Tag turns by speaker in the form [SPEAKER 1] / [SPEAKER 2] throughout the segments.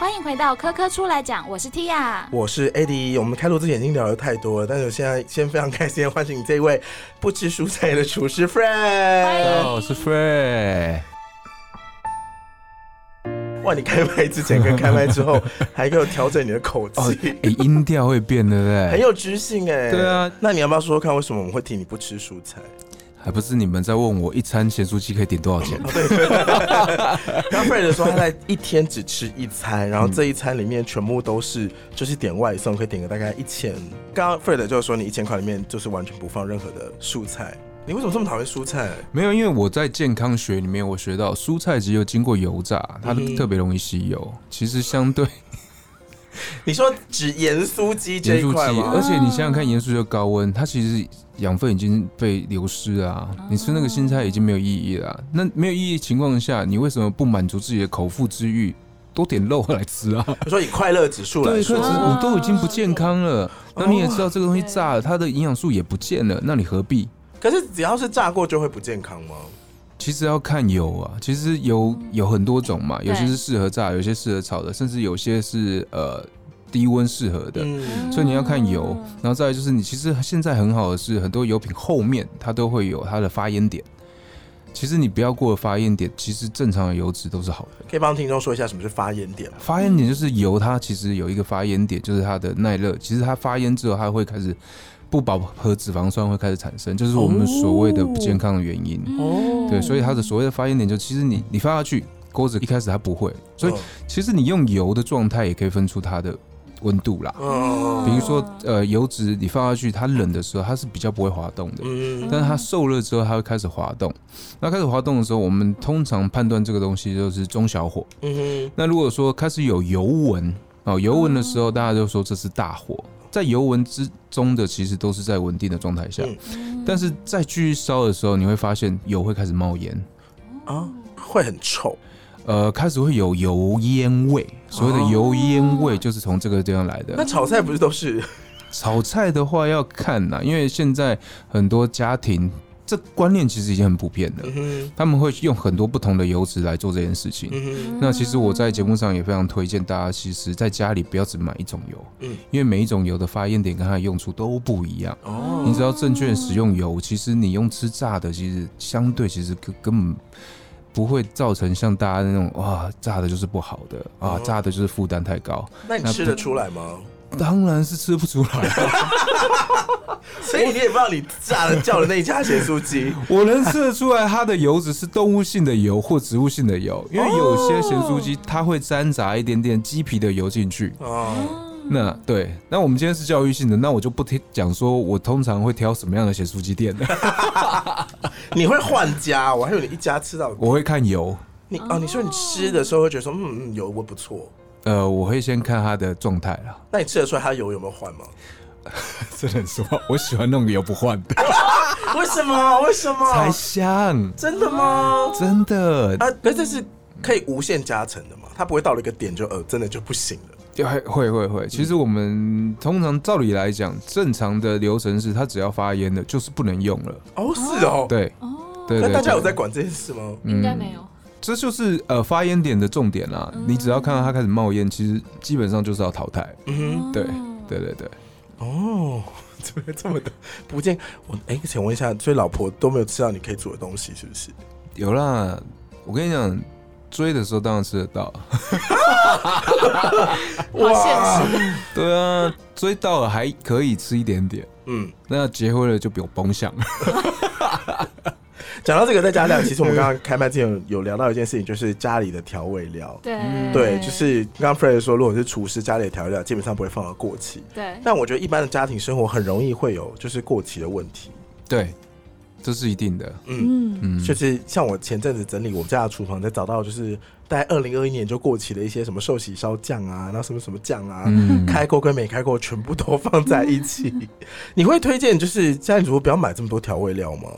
[SPEAKER 1] 欢迎回到科科出来讲，我是 Tia。
[SPEAKER 2] 我是 Eddie，我们开录之前已经聊的太多了，但是我现 在先非常开心地唤醒这位不吃蔬菜的厨师 Fred。
[SPEAKER 1] 迎
[SPEAKER 3] 我哦是 Frey，
[SPEAKER 2] 哇，你开麦之前跟开麦之后还给我调整你的口
[SPEAKER 3] 哦，
[SPEAKER 2] 气，
[SPEAKER 3] 哎，音调会变，对不对？
[SPEAKER 2] 很有知性哎。
[SPEAKER 3] 对啊，
[SPEAKER 2] 那你要不要说说看为什么我们会提你不吃蔬 菜？
[SPEAKER 3] 还不是你们在问我一餐咸酥鸡可以点多少钱？
[SPEAKER 2] 刚 Fred 说他在一天只吃一餐，然后这一餐里面全部都是就是点外送，可以点个大概一千。刚刚 Fred 就说你一千块里面就是完全不放任何的蔬菜，你为什么这么讨厌蔬菜？
[SPEAKER 3] 没有，因为我在健康学里面我学到蔬菜只有经过油炸，它
[SPEAKER 2] 嗯哼
[SPEAKER 3] 特别容易吸油。其实相对
[SPEAKER 2] 你说只盐酥鸡这
[SPEAKER 3] 盐酥
[SPEAKER 2] 一块
[SPEAKER 3] 鸡，
[SPEAKER 2] 吗？
[SPEAKER 3] 而且你想想看，盐酥就高温，它其实养分已经被流失了啊、
[SPEAKER 2] 哦
[SPEAKER 3] 你吃那个新菜已经没有意义了啊、那没有意义的情况下，你为什么不满足自己的口腹之欲，多点肉来吃啊？
[SPEAKER 2] 我说以快乐指数来
[SPEAKER 3] 对，
[SPEAKER 2] 说
[SPEAKER 3] 可，是
[SPEAKER 1] 哦
[SPEAKER 3] 你都已经不健康了，那你也知道这个东西
[SPEAKER 1] 对
[SPEAKER 3] 炸了，它的营养素也不见了，那你何必？
[SPEAKER 2] 可是只要是炸过就会不健康吗？
[SPEAKER 3] 其实要看油啊，其实油有很多种嘛，
[SPEAKER 1] 对
[SPEAKER 3] 有些是适合炸，有些适合炒的，甚至有些是呃低温适合的。
[SPEAKER 2] 嗯，
[SPEAKER 3] 所以你要看油
[SPEAKER 1] 嗯，
[SPEAKER 3] 然后再来就是你其实现在很好的是很多油品后面它都会有它的发烟点，其实你不要过了发烟点，其实正常的油脂都是好的。
[SPEAKER 2] 可以帮听众说一下什么是发烟点吗？
[SPEAKER 3] 发烟点就是油，它其实有一个发烟点，就是它的耐热。其实它发烟之后，它会开始不饱和脂肪酸会开始产生，就是我们所谓的不健康的原因。
[SPEAKER 1] 嗯
[SPEAKER 2] 哦
[SPEAKER 3] 对，所以它的所谓的发烟点，就其实你你放下去，锅子一开始它不会，所以
[SPEAKER 2] 嗯
[SPEAKER 3] 其实你用油的状态也可以分出它的温度啦。
[SPEAKER 2] 嗯
[SPEAKER 3] 比如说，呃，油脂你放下去，它冷的时候它是比较不会滑动的，
[SPEAKER 2] 嗯
[SPEAKER 3] 但是它受热之后它会开始滑动。那开始滑动的时候，我们通常判断这个东西就是中小火。
[SPEAKER 2] 嗯
[SPEAKER 3] 那如果说开始有油纹哦，油纹的时候，大家就说这是大火。在油纹之中的，其实都是在稳定的状态下，
[SPEAKER 2] 嗯
[SPEAKER 3] 但是再继续烧的时候，你会发现油会开始冒烟，
[SPEAKER 2] 哼啊，会很臭
[SPEAKER 3] 呃，开始会有油烟味。所谓的油烟味就是从这个地方来的。
[SPEAKER 2] 那炒菜不是都是
[SPEAKER 3] 炒菜的话要看呐、因为现在很多家庭这观念其实已经很普遍了，
[SPEAKER 2] 嗯
[SPEAKER 3] 他们会用很多不同的油脂来做这件事情。
[SPEAKER 2] 嗯
[SPEAKER 3] 那其实我在节目上也非常推荐大家，其实在家里不要只买一种油，
[SPEAKER 2] 嗯
[SPEAKER 3] 因为每一种油的发烟点跟它的用处都不一样。
[SPEAKER 2] 哼哦
[SPEAKER 3] 你只要正确使用油，其实你用吃炸的，其实相对其实根根本不会造成像大家那种哇炸的就是不好的啊，
[SPEAKER 2] 哦
[SPEAKER 3] 炸的就是负担太高。
[SPEAKER 2] 那你吃得出来吗？
[SPEAKER 3] 当然是吃不出来啊，
[SPEAKER 2] 所以你也不知道你炸了叫的那一家咸酥鸡，
[SPEAKER 3] 我能吃得出来它的油脂是动物性的油或植物性的油，因为有些咸酥鸡它会掺杂一点点鸡皮的油进去。
[SPEAKER 2] 哦，
[SPEAKER 3] 那对，那我们今天是教育性的，那我就不听讲说我通常会挑什么样的咸酥鸡 店了，
[SPEAKER 2] 你会换家，我还以为你一家吃到底
[SPEAKER 3] 我会看油。
[SPEAKER 2] 你哦，你说你吃的时候会觉得说嗯嗯油味不错，
[SPEAKER 3] 呃，我会先看它的状态 啦。
[SPEAKER 2] 那你吃得出来它油有没有换吗？
[SPEAKER 3] 只能说，我喜欢那种油不换的，
[SPEAKER 2] 为什么？为什
[SPEAKER 3] 才
[SPEAKER 2] 么？
[SPEAKER 3] 香，
[SPEAKER 2] 真的吗？
[SPEAKER 3] 真的，
[SPEAKER 2] 啊，哦可是这是可以无限加成的嘛？它不会到了一个点就呃，真的就不行了。
[SPEAKER 3] 会会会会。其实我们通常照理来讲，正常的流程是它只要发烟了，就是不能用了。
[SPEAKER 2] 哦，是哦，。
[SPEAKER 3] 对，对
[SPEAKER 2] 那
[SPEAKER 3] 对。
[SPEAKER 2] 大家
[SPEAKER 3] 对
[SPEAKER 2] 有在管这件事吗？
[SPEAKER 3] 嗯
[SPEAKER 1] 应该没有。
[SPEAKER 3] 这就是呃发烟点的重点啦、啊你只要看到它开始冒烟，其实基本上就是要淘汰。
[SPEAKER 2] 嗯
[SPEAKER 3] 对，对对对，
[SPEAKER 2] 哼，哦， 怎么这么的不见我？哎、请问一下，所以老婆都没有吃到你可以煮的东西，是不是？
[SPEAKER 3] 有啦。我跟你讲，追的时候当然吃得到。
[SPEAKER 1] 好现实，
[SPEAKER 3] 对啊，追到了还可以吃一点点。
[SPEAKER 2] 嗯，
[SPEAKER 3] 那结婚了就不用甭想 了。
[SPEAKER 2] 讲到这个，再加料，其实我们刚刚开麦之前有有聊到一件事情，就是家里的调味料。
[SPEAKER 1] 对
[SPEAKER 2] 对，就是刚刚 Fred 说，如果是厨师家里的调味料，基本上不会放到过期。
[SPEAKER 1] 对，
[SPEAKER 2] 但我觉得一般的家庭生活很容易会有就是过期的问题。
[SPEAKER 3] 对，这是一定的。
[SPEAKER 1] 嗯，
[SPEAKER 3] 嗯，
[SPEAKER 2] 就是像我前阵子整理我们家的厨房，才找到就是在二零二一年就过期的一些什么寿喜烧酱啊，然后什么什么酱啊，
[SPEAKER 3] 嗯
[SPEAKER 2] 开过跟没开过全部都放在一起。你会推荐就是家庭主妇不要买这么多调味料吗？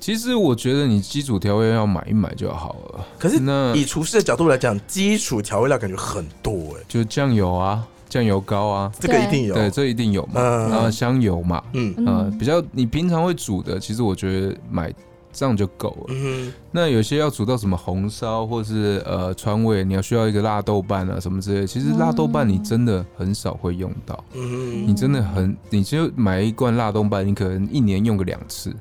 [SPEAKER 3] 其实我觉得你基础调味要买一买就好了。
[SPEAKER 2] 可是
[SPEAKER 3] 那
[SPEAKER 2] 以厨师的角度来讲，基础调味料感觉很多哎、
[SPEAKER 3] 就酱油啊，酱油膏啊，
[SPEAKER 2] 这个一定有。
[SPEAKER 3] 对，这一定有嘛。
[SPEAKER 2] 嗯
[SPEAKER 3] 然后香油嘛，
[SPEAKER 2] 嗯，
[SPEAKER 3] 呃，比较你平常会煮的，其实我觉得买这样就够了。
[SPEAKER 2] 嗯
[SPEAKER 3] 那有些要煮到什么红烧或是呃川味，你要需要一个辣豆瓣啊什么之类的。其实辣豆瓣你真的很少会用到，
[SPEAKER 2] 哼嗯
[SPEAKER 3] 你真的很，你就买一罐辣豆瓣，你可能一年用个两次，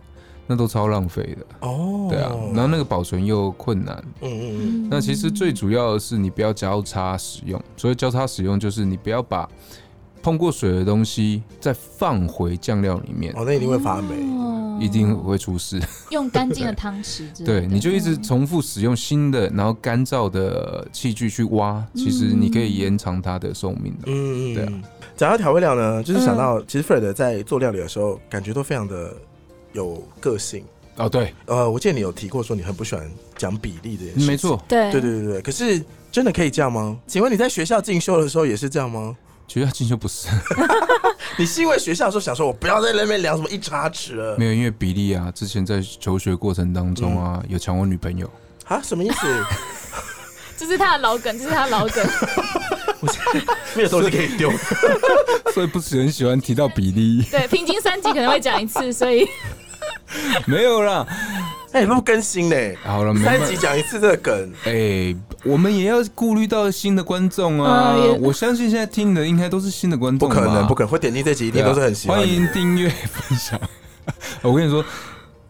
[SPEAKER 3] 那都超浪费的。
[SPEAKER 2] 哼哦，
[SPEAKER 3] 对啊，然后那个保存又困难。
[SPEAKER 2] 嗯嗯
[SPEAKER 1] 嗯
[SPEAKER 3] 那其实最主要的是你不要交叉使用，所谓交叉使用就是你不要把碰过水的东西再放回酱料里面
[SPEAKER 2] 嗯，。哦，那一定会发霉，
[SPEAKER 1] 哦
[SPEAKER 3] 一定会出事，
[SPEAKER 1] 用干净的汤匙之类的，
[SPEAKER 3] 对，你就一直重复使用新的，然后干燥的器具去挖，其实你可以延长它的寿命的。
[SPEAKER 2] 嗯嗯，
[SPEAKER 3] 对啊
[SPEAKER 2] 嗯。讲到调味料呢，就是想到其实 Fred 在做料理的时候，感觉都非常的有个性。
[SPEAKER 3] 哦，对，
[SPEAKER 2] 呃，我记得你有提过说你很不喜欢讲比例这件事，
[SPEAKER 3] 嗯没。错，
[SPEAKER 1] 对
[SPEAKER 2] 对对对对，可是真的可以这样吗？请问你在学校进修的时候也是这样 吗？
[SPEAKER 3] 学校进修不是
[SPEAKER 2] 你是因为学校的时候想说，我不要在那边量什么一茶匙了
[SPEAKER 3] 没有，因为比利啊， 之前在求学过程当中啊，有抢我女朋友，
[SPEAKER 2] 啊？什么意思？
[SPEAKER 1] 这是他的老梗，这是他的老梗。
[SPEAKER 2] 没有东西可以丢。
[SPEAKER 3] 所以不是很喜欢提到比利，
[SPEAKER 1] 对，平均三集可能会讲一次，所以
[SPEAKER 3] 没有啦。
[SPEAKER 2] 哎、你都不更新呢、
[SPEAKER 3] 好了，没办
[SPEAKER 2] 三
[SPEAKER 3] 法
[SPEAKER 2] 集讲一次这个梗，
[SPEAKER 3] 哎、我们也要顾虑到新的观众啊！
[SPEAKER 1] 啊也
[SPEAKER 3] 我相信现在听的应该都是新的观
[SPEAKER 2] 不
[SPEAKER 3] 众
[SPEAKER 2] 可
[SPEAKER 3] 吧，
[SPEAKER 2] 能，不可能会点进这集，一定
[SPEAKER 3] 对啊
[SPEAKER 2] 都是很喜欢
[SPEAKER 3] 欢
[SPEAKER 2] 你。
[SPEAKER 3] 迎订阅分享。 我跟你说，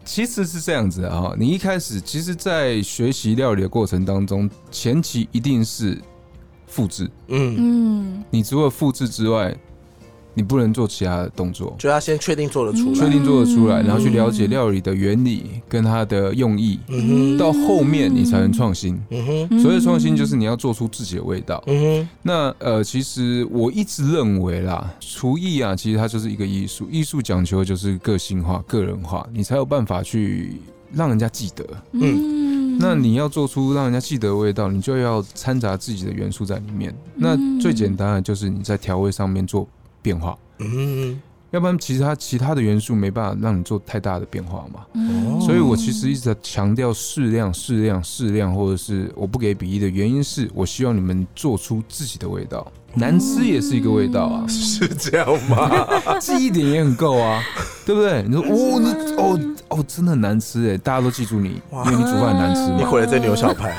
[SPEAKER 3] 其实是这样子啊、你一开始其实，在学习料理的过程当中，前期一定是复制。
[SPEAKER 2] 嗯，
[SPEAKER 1] 嗯，
[SPEAKER 3] 你除了复制之外，你不能做其他的动作。
[SPEAKER 2] 就要先确定做得出
[SPEAKER 1] 嗯
[SPEAKER 3] 确
[SPEAKER 2] 来。
[SPEAKER 3] 定做得出来，然后去了解料理的原理跟它的用意，
[SPEAKER 2] 嗯哼，
[SPEAKER 3] 到后面你才能创新。
[SPEAKER 2] 嗯哼，
[SPEAKER 3] 所谓创新，就是你要做出自己的味道。
[SPEAKER 2] 嗯
[SPEAKER 3] 那呃，其实我一直认为啦，厨艺啊，其实它就是一个艺术，艺术讲求的就是个性化、个人化，你才有办法去让人家记得。
[SPEAKER 1] 嗯
[SPEAKER 3] 那你要做出让人家记得的味道，你就要掺杂自己的元素在里面。那最简单的就是你在调味上面做变化，
[SPEAKER 2] 哼，嗯
[SPEAKER 3] 要不然其他其他的元素没办法让你做太大的变化嘛。
[SPEAKER 1] 嗯
[SPEAKER 3] 所以我其实一直在强调适量、适量、适量，或者是我不给比例的原因是我希望你们做出自己的味道，难吃也是一个味道啊，
[SPEAKER 2] 哼，是这样吗？
[SPEAKER 3] 记忆点也很够啊，对不对？你说哦，那哦哦，真的很难吃哎，大家都记住你，因
[SPEAKER 2] 哇
[SPEAKER 3] 为你煮饭很难吃
[SPEAKER 2] 你
[SPEAKER 3] 嘛，
[SPEAKER 2] 毁了这牛小排。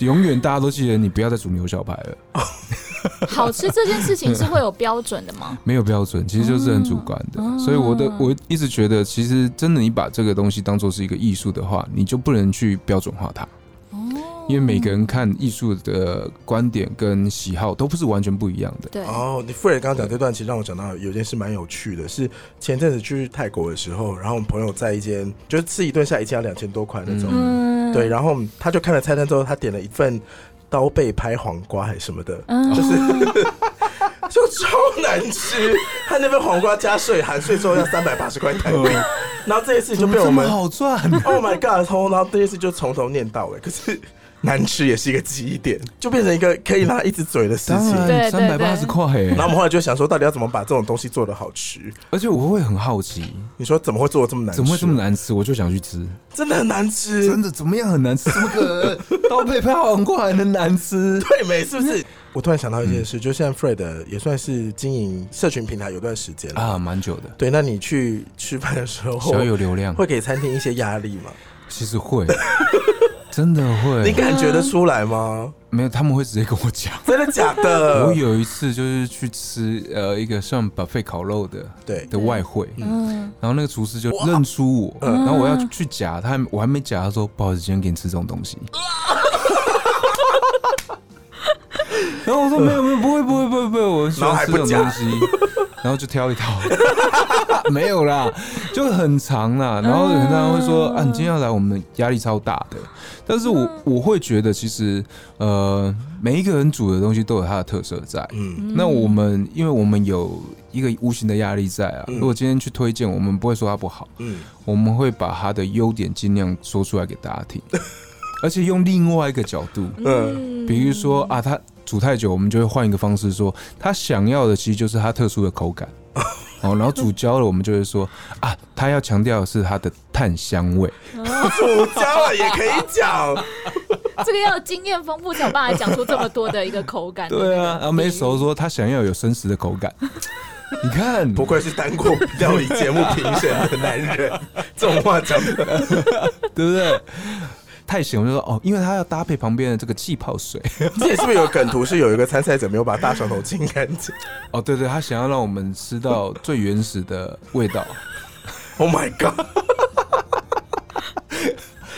[SPEAKER 3] 永远大家都记得你不要再煮牛小排了，
[SPEAKER 1] 好吃这件事情是会有标准的吗？
[SPEAKER 3] 没有标准，其实就是很主观
[SPEAKER 1] 哦
[SPEAKER 3] 的。所以我
[SPEAKER 1] 嗯
[SPEAKER 3] 的我一直觉得，其实真的你把这个东西当做是一个艺术的话，你就不能去标准化它。
[SPEAKER 1] 哦
[SPEAKER 3] 因为每个人看艺术的观点跟喜好都不是完全不一样的。
[SPEAKER 1] 对
[SPEAKER 2] 哦，你富人刚刚讲这段，其实让我想到有一件事蛮有趣的，是前阵子去泰国的时候，然后我们朋友在一间就是吃一顿下一千两千多块那种，
[SPEAKER 1] 嗯
[SPEAKER 2] 对，然后他就看了菜单之后，他点了一份刀背拍黄瓜还是 什么的，
[SPEAKER 1] 嗯就是
[SPEAKER 2] 就超难吃。他那份黄瓜加税含税之后要三百八十块台币，然后嗯这件事情就被我们
[SPEAKER 3] 好赚，啊
[SPEAKER 2] Oh my God，从然后这件事就从头念到尾，可是。难吃也是一个记忆点，就变成一个可以拿一直嘴的事
[SPEAKER 3] 当
[SPEAKER 2] 情。
[SPEAKER 3] 然
[SPEAKER 1] 对
[SPEAKER 3] 三百
[SPEAKER 1] 对
[SPEAKER 3] 八
[SPEAKER 1] 对
[SPEAKER 3] 十块欸
[SPEAKER 2] 然后我们后来就想说，到底要怎么把这种东西做的好吃？
[SPEAKER 3] 而且我会很好奇，
[SPEAKER 2] 你说怎么会做的这么难吃？
[SPEAKER 3] 怎么会这么？难吃？我就想去吃，
[SPEAKER 2] 真的很难吃，
[SPEAKER 3] 真的怎么样很难吃？怎 么可能刀背拍黄瓜还能难吃？
[SPEAKER 2] 对没？是不是？我突然想到一件
[SPEAKER 3] 嗯
[SPEAKER 2] 事，就现在 Fred 也算是经营社群平台有段时间了。
[SPEAKER 3] 啊，蛮久的，
[SPEAKER 2] 对，那你去吃饭的时候
[SPEAKER 3] 小，有流量，
[SPEAKER 2] 会给餐厅一些压力吗？
[SPEAKER 3] 其实会，真的
[SPEAKER 2] 你
[SPEAKER 3] 会，
[SPEAKER 2] 感觉得出来吗？
[SPEAKER 3] 没有他们会直接跟 我讲。
[SPEAKER 2] 真的假
[SPEAKER 3] 我
[SPEAKER 2] 的？
[SPEAKER 3] 有一次就是去吃呃一个像 buffet 烤肉的
[SPEAKER 2] 对，
[SPEAKER 3] 的外汇，
[SPEAKER 1] 嗯
[SPEAKER 3] 然后那个厨师就
[SPEAKER 2] 哇
[SPEAKER 3] 认出我，
[SPEAKER 2] 嗯
[SPEAKER 3] 然后我要去夹，他还我还没夹，他说不好意思，今天给你吃这种东 西。然后我说没有没有不会不会不会不会，我很喜欢吃这种
[SPEAKER 2] 然后
[SPEAKER 3] 东西， 然后就挑一套， 没有啦，就很长啦。
[SPEAKER 2] 嗯
[SPEAKER 3] 然后很多人会说啊，你今天要来，我们压力超大的。但是
[SPEAKER 2] 嗯
[SPEAKER 3] 我我会觉得其实呃，每一个人煮的东西都有它的特色在，
[SPEAKER 2] 嗯，
[SPEAKER 3] 那我们因为我们有一个无形的压力在啊，
[SPEAKER 2] 嗯
[SPEAKER 3] 如果今天去推荐，我们不会说它不好，
[SPEAKER 2] 嗯，
[SPEAKER 3] 我们会把它的优点尽量说出来给大家 听，而且用另外一个角度，
[SPEAKER 1] 嗯
[SPEAKER 3] 比如说啊，它煮太久，我们就会换一个方式说，他想要的其实就是它特殊的 口感。哦，然后煮焦了，我们就会说啊，他要强调的是它的炭香味。
[SPEAKER 2] 主家了也可以讲，
[SPEAKER 1] 这个要有经验丰富才有 办法讲出这么多的一个口感。
[SPEAKER 3] 啊对啊，然后没熟
[SPEAKER 1] 比喻
[SPEAKER 3] 说他想要有生食的口感。 你 看，
[SPEAKER 2] 不愧是当过料理节目评审的男人， 这种话讲的，
[SPEAKER 3] 对不对？太咸，我就说哦，因为它要搭配旁边的这个气泡水。
[SPEAKER 2] 这里是不是有梗图？是有一个参赛者没有把大肠头清干净
[SPEAKER 3] 哦，对对，他想要让我们吃到最原始的味道。
[SPEAKER 2] ？Oh my god！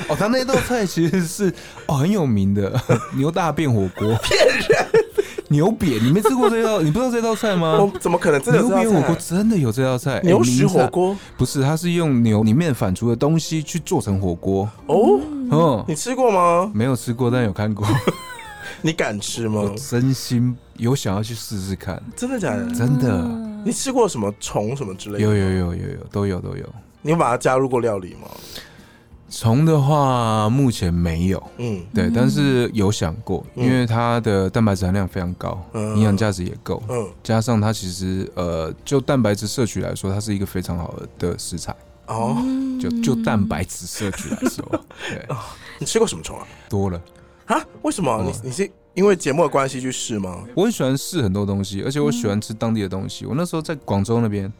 [SPEAKER 3] 哦，他那道菜其实是哦很有名的牛大便火锅， 骗人！牛瘪，你没吃过这道，你不知道这道菜吗？
[SPEAKER 2] 嗯我怎么可能真的
[SPEAKER 3] 牛
[SPEAKER 2] 知道
[SPEAKER 3] 瘪火锅
[SPEAKER 2] 菜？
[SPEAKER 3] 真的有这道菜，
[SPEAKER 2] 牛
[SPEAKER 3] 哎
[SPEAKER 2] 屎火锅
[SPEAKER 3] 名菜不是，它是用牛里面反刍的东西去做成火锅。
[SPEAKER 2] 哦，
[SPEAKER 3] 嗯，
[SPEAKER 2] 你吃过吗？
[SPEAKER 3] 没有吃过，但有看过，
[SPEAKER 2] 你敢吃吗
[SPEAKER 3] 我？真心有想要去试试看，
[SPEAKER 2] 真的假的？
[SPEAKER 3] 真的，
[SPEAKER 2] 你吃过什么虫什么之类的？
[SPEAKER 3] 有有有有有都有都有。
[SPEAKER 2] 你有把它加入过料理吗？
[SPEAKER 3] 虫的话，目前没有。
[SPEAKER 2] 嗯，
[SPEAKER 3] 对，但是有想过，
[SPEAKER 2] 嗯
[SPEAKER 3] 因为它的蛋白质含量非常高，
[SPEAKER 2] 嗯
[SPEAKER 3] 营养价值也够，
[SPEAKER 2] 嗯，
[SPEAKER 3] 加上它其实呃，就蛋白质摄取来说，它是一个非常好的食材。
[SPEAKER 2] 哦，
[SPEAKER 1] 嗯
[SPEAKER 3] 就就蛋白质摄取来说，对，
[SPEAKER 2] 你吃过什么虫啊？
[SPEAKER 3] 多了。
[SPEAKER 2] 啊？为什么？你你是因为节目的关系去试吗？
[SPEAKER 3] 我很喜欢试很多东西，而且我喜欢吃当地的东西。我那时候在广州那边，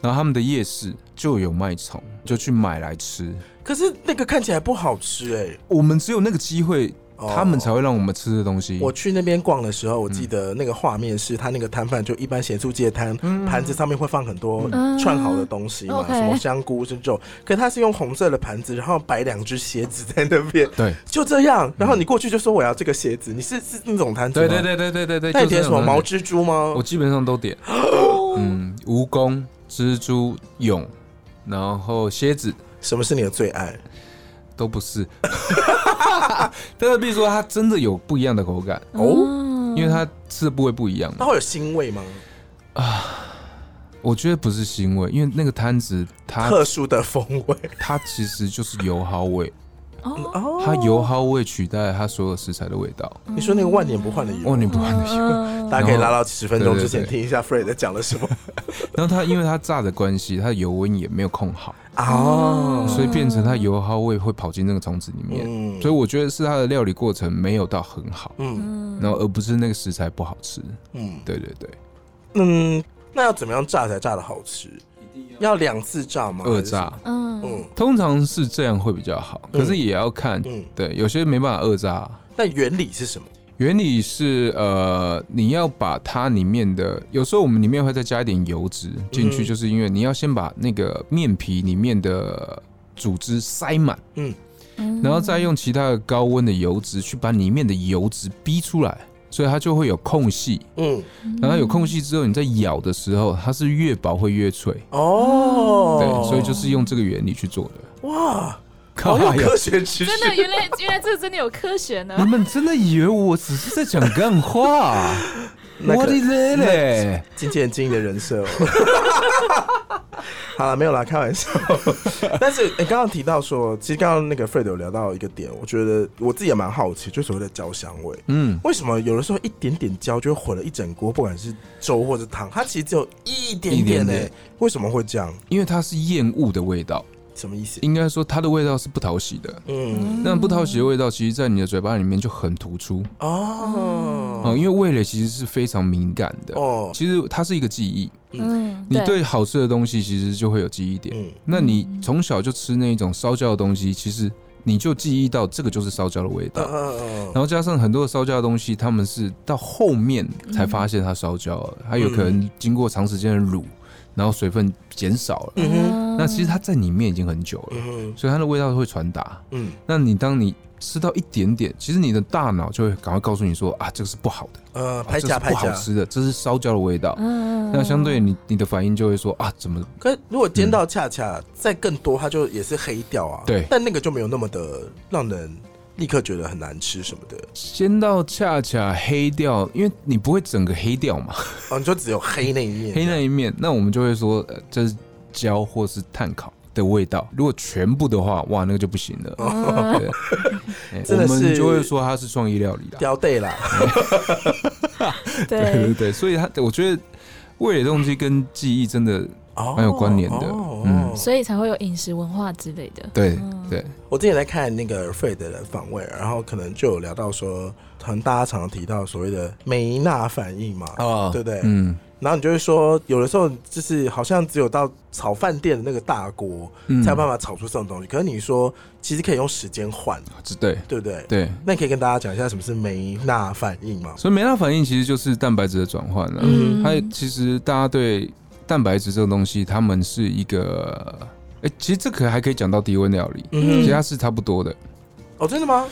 [SPEAKER 3] 然后他们的夜市就有卖虫，就去买来吃。
[SPEAKER 2] 可是那个看起来不好吃哎、
[SPEAKER 3] 我们只有那个机会，
[SPEAKER 2] 哦
[SPEAKER 3] 他们才会让我们吃的东西。
[SPEAKER 2] 我去那边逛的时候，我
[SPEAKER 3] 嗯
[SPEAKER 2] 记得那个画面是他那个摊贩，就一般咸酥鸡的摊，
[SPEAKER 3] 嗯
[SPEAKER 2] 盘子上面会放很多
[SPEAKER 1] 嗯
[SPEAKER 2] 串好的东西嘛，
[SPEAKER 1] OK
[SPEAKER 2] 什么香菇是肉，可他是用红色的盘子，然后摆两只鞋子在那边，
[SPEAKER 3] 对
[SPEAKER 2] 就这样。然后你过去就说我要这个鞋子，你是是那种摊子吗？
[SPEAKER 3] 对对。对对对对对，
[SPEAKER 2] 那你
[SPEAKER 3] 就
[SPEAKER 2] 点
[SPEAKER 3] 是
[SPEAKER 2] 什
[SPEAKER 3] 那
[SPEAKER 2] 么
[SPEAKER 3] 种
[SPEAKER 2] 毛
[SPEAKER 3] 东西
[SPEAKER 2] 蜘蛛吗
[SPEAKER 3] 我？基本上都 点，嗯，蜈蚣、蜘蛛、蛹，然后蝎子
[SPEAKER 2] 什么是你的最爱？
[SPEAKER 3] 都不是。 但是必须说，它真的有不一样的口感，
[SPEAKER 2] 嗯
[SPEAKER 1] 哦
[SPEAKER 3] 因为它吃的部位不一样
[SPEAKER 2] 它
[SPEAKER 3] 嘛。
[SPEAKER 2] 会有腥味吗？
[SPEAKER 3] 我觉得不是腥味，因为那个摊子它
[SPEAKER 2] 特殊的风味
[SPEAKER 3] 它其实就是油蒿味，
[SPEAKER 1] 哦，
[SPEAKER 2] 哦
[SPEAKER 3] 它油蒿味取代了它所有食材的味道。
[SPEAKER 2] 你说那个万年不换的油，
[SPEAKER 3] 哦，你不换的油，
[SPEAKER 2] 大家可以
[SPEAKER 3] 然
[SPEAKER 2] 拉
[SPEAKER 3] 后
[SPEAKER 2] 到十分钟之前
[SPEAKER 3] 对对对
[SPEAKER 2] 听一下 Fred 讲了什么
[SPEAKER 3] 然后它因为它炸的关系，它的油温也没有控好，
[SPEAKER 2] 哦，
[SPEAKER 3] 所以变成它油蒿味会跑进那个虫子里面。
[SPEAKER 2] 嗯
[SPEAKER 3] 所以我觉得是它的料理过程没有到很好，
[SPEAKER 2] 嗯
[SPEAKER 3] 然后而不是那个食材不好吃。
[SPEAKER 2] 嗯
[SPEAKER 3] 对对对，
[SPEAKER 2] 嗯，那要怎么样炸才炸的好吃？要两次炸吗？
[SPEAKER 3] 二炸
[SPEAKER 2] 还是。
[SPEAKER 1] 嗯，
[SPEAKER 2] 嗯，
[SPEAKER 3] 通常是这样会比较好，可是也要看，
[SPEAKER 2] 嗯
[SPEAKER 3] 对，有些没办法二炸。
[SPEAKER 2] 但原理是什么？
[SPEAKER 3] 原理是呃，你要把它里面的，有时候我们里面会再加一点油脂进去，
[SPEAKER 2] 嗯
[SPEAKER 3] 就是因为你要先把那个面皮里面的组织塞满，
[SPEAKER 2] 嗯，
[SPEAKER 3] 然后再用其他的高温的油脂去把里面的油脂逼出来，所以它就会有空隙。
[SPEAKER 2] 嗯，
[SPEAKER 3] 然后有空隙之后，你在咬的时候，它是越薄会越脆，
[SPEAKER 2] 哦，
[SPEAKER 3] 对，所以就是用这个原理去做的。
[SPEAKER 2] 哇，
[SPEAKER 3] 靠
[SPEAKER 2] 好
[SPEAKER 3] 啊
[SPEAKER 2] 有
[SPEAKER 3] 呀
[SPEAKER 2] 科学啊知
[SPEAKER 1] 真的，
[SPEAKER 2] 识。
[SPEAKER 1] 原来原来这个真的有科学呢
[SPEAKER 3] 你。们真的以为我只是在讲干话、
[SPEAKER 2] 那个
[SPEAKER 3] 我的嘞嘞！
[SPEAKER 2] 经纪人经营的人设、哦。 好了，没有啦，开 玩笑。但是你刚刚提到说，其实刚刚那个 Fred 有聊到一个点，我觉得我自己也蛮好奇，就所谓的焦香味。
[SPEAKER 3] 嗯，
[SPEAKER 2] 为什么有的时候一点点焦就会毁了一整锅，不管是粥或者汤，它其实只有一点点
[SPEAKER 3] 一点
[SPEAKER 2] 呢、
[SPEAKER 3] 点
[SPEAKER 2] 为什么会这样？
[SPEAKER 3] 因为它是厌恶的味道，
[SPEAKER 2] 什么意思？
[SPEAKER 3] 应该说它的味道是不讨喜的。
[SPEAKER 2] 嗯，
[SPEAKER 3] 那不讨喜的味道，其实在你的嘴巴里面就很突出
[SPEAKER 2] 哦，
[SPEAKER 3] 哦，因为味蕾其实是非常敏感的。
[SPEAKER 2] 哦，
[SPEAKER 3] 其实它是一个记忆，
[SPEAKER 1] 嗯，
[SPEAKER 3] 你对好吃的东西其实就会有记忆点。
[SPEAKER 2] 嗯，
[SPEAKER 3] 那你从小就吃那种烧焦的东西，其实你就记忆到这个就是烧焦的味道。
[SPEAKER 2] 嗯
[SPEAKER 3] 然后加上很多烧焦的东西，他们是到后面才发现它烧焦
[SPEAKER 2] 嗯
[SPEAKER 3] 了，它有可能经过长时间的卤，然后水分减少了。
[SPEAKER 2] 嗯哼，
[SPEAKER 3] 那其实它在里面已经很久了，
[SPEAKER 2] 嗯哼，
[SPEAKER 3] 所以它的味道会传达。
[SPEAKER 2] 嗯
[SPEAKER 3] 那你当你吃到一点点，其实你的大脑就会赶快告诉你说啊，这个是不好的，
[SPEAKER 2] 呃，
[SPEAKER 3] 啊
[SPEAKER 2] 拍
[SPEAKER 3] 这
[SPEAKER 2] 架
[SPEAKER 3] 是
[SPEAKER 2] 拍
[SPEAKER 3] 不好
[SPEAKER 2] 架。
[SPEAKER 3] 吃的，这是烧焦的味道。
[SPEAKER 1] 嗯
[SPEAKER 3] 那相对你你的反应就会说啊，怎么
[SPEAKER 2] 可如果煎到恰恰再更多，它就也是黑掉啊。
[SPEAKER 3] 嗯对
[SPEAKER 2] 但那个就没有那么的让人立刻觉得很难吃什么的。
[SPEAKER 3] 先到恰恰黑掉？因为你不会整个黑掉嘛，
[SPEAKER 2] 哦，你就只有黑那一面。
[SPEAKER 3] 黑那一面，那我们就会说呃这是焦或是碳烤的味道。如果全部的话，哇，那个就不行了。 对，哎
[SPEAKER 2] 哦真的
[SPEAKER 3] 我
[SPEAKER 2] 是
[SPEAKER 3] 们就会说它是创意料理啦。
[SPEAKER 2] 掉对啦，
[SPEAKER 3] 对对
[SPEAKER 1] 对，
[SPEAKER 3] 对，所以它我觉得味蕾动机跟记忆真的
[SPEAKER 2] 哦
[SPEAKER 3] 蛮有关联的
[SPEAKER 2] 哦
[SPEAKER 3] 嗯
[SPEAKER 1] 所以才会有饮食文化之类的。
[SPEAKER 3] 对
[SPEAKER 1] 嗯
[SPEAKER 3] 对，
[SPEAKER 2] 我之前在看那个 Fred 的访问，然后可能就有聊到说，可能大家常常提到所谓的梅纳反应嘛，
[SPEAKER 3] 哦
[SPEAKER 2] 对不对？
[SPEAKER 3] 嗯
[SPEAKER 2] 然后你就会说，有的时候就是好像只有到炒饭店的那个大锅
[SPEAKER 3] 嗯，
[SPEAKER 2] 才有办法炒出这种东西。可是你说，其实可以用时间换，
[SPEAKER 3] 对
[SPEAKER 2] 对不对？
[SPEAKER 3] 对。
[SPEAKER 2] 那你可以跟大家讲一下什么是梅纳反应吗？
[SPEAKER 3] 所以梅纳反应其实就是蛋白质的转换了。
[SPEAKER 1] 嗯
[SPEAKER 3] 它其实大家对蛋白质这个东西，他们是一个，哎、其实这个还可以讲到低温料理，
[SPEAKER 2] 嗯
[SPEAKER 3] 其实
[SPEAKER 2] 哼，
[SPEAKER 3] 它是差不多的。
[SPEAKER 2] 哦，真的吗？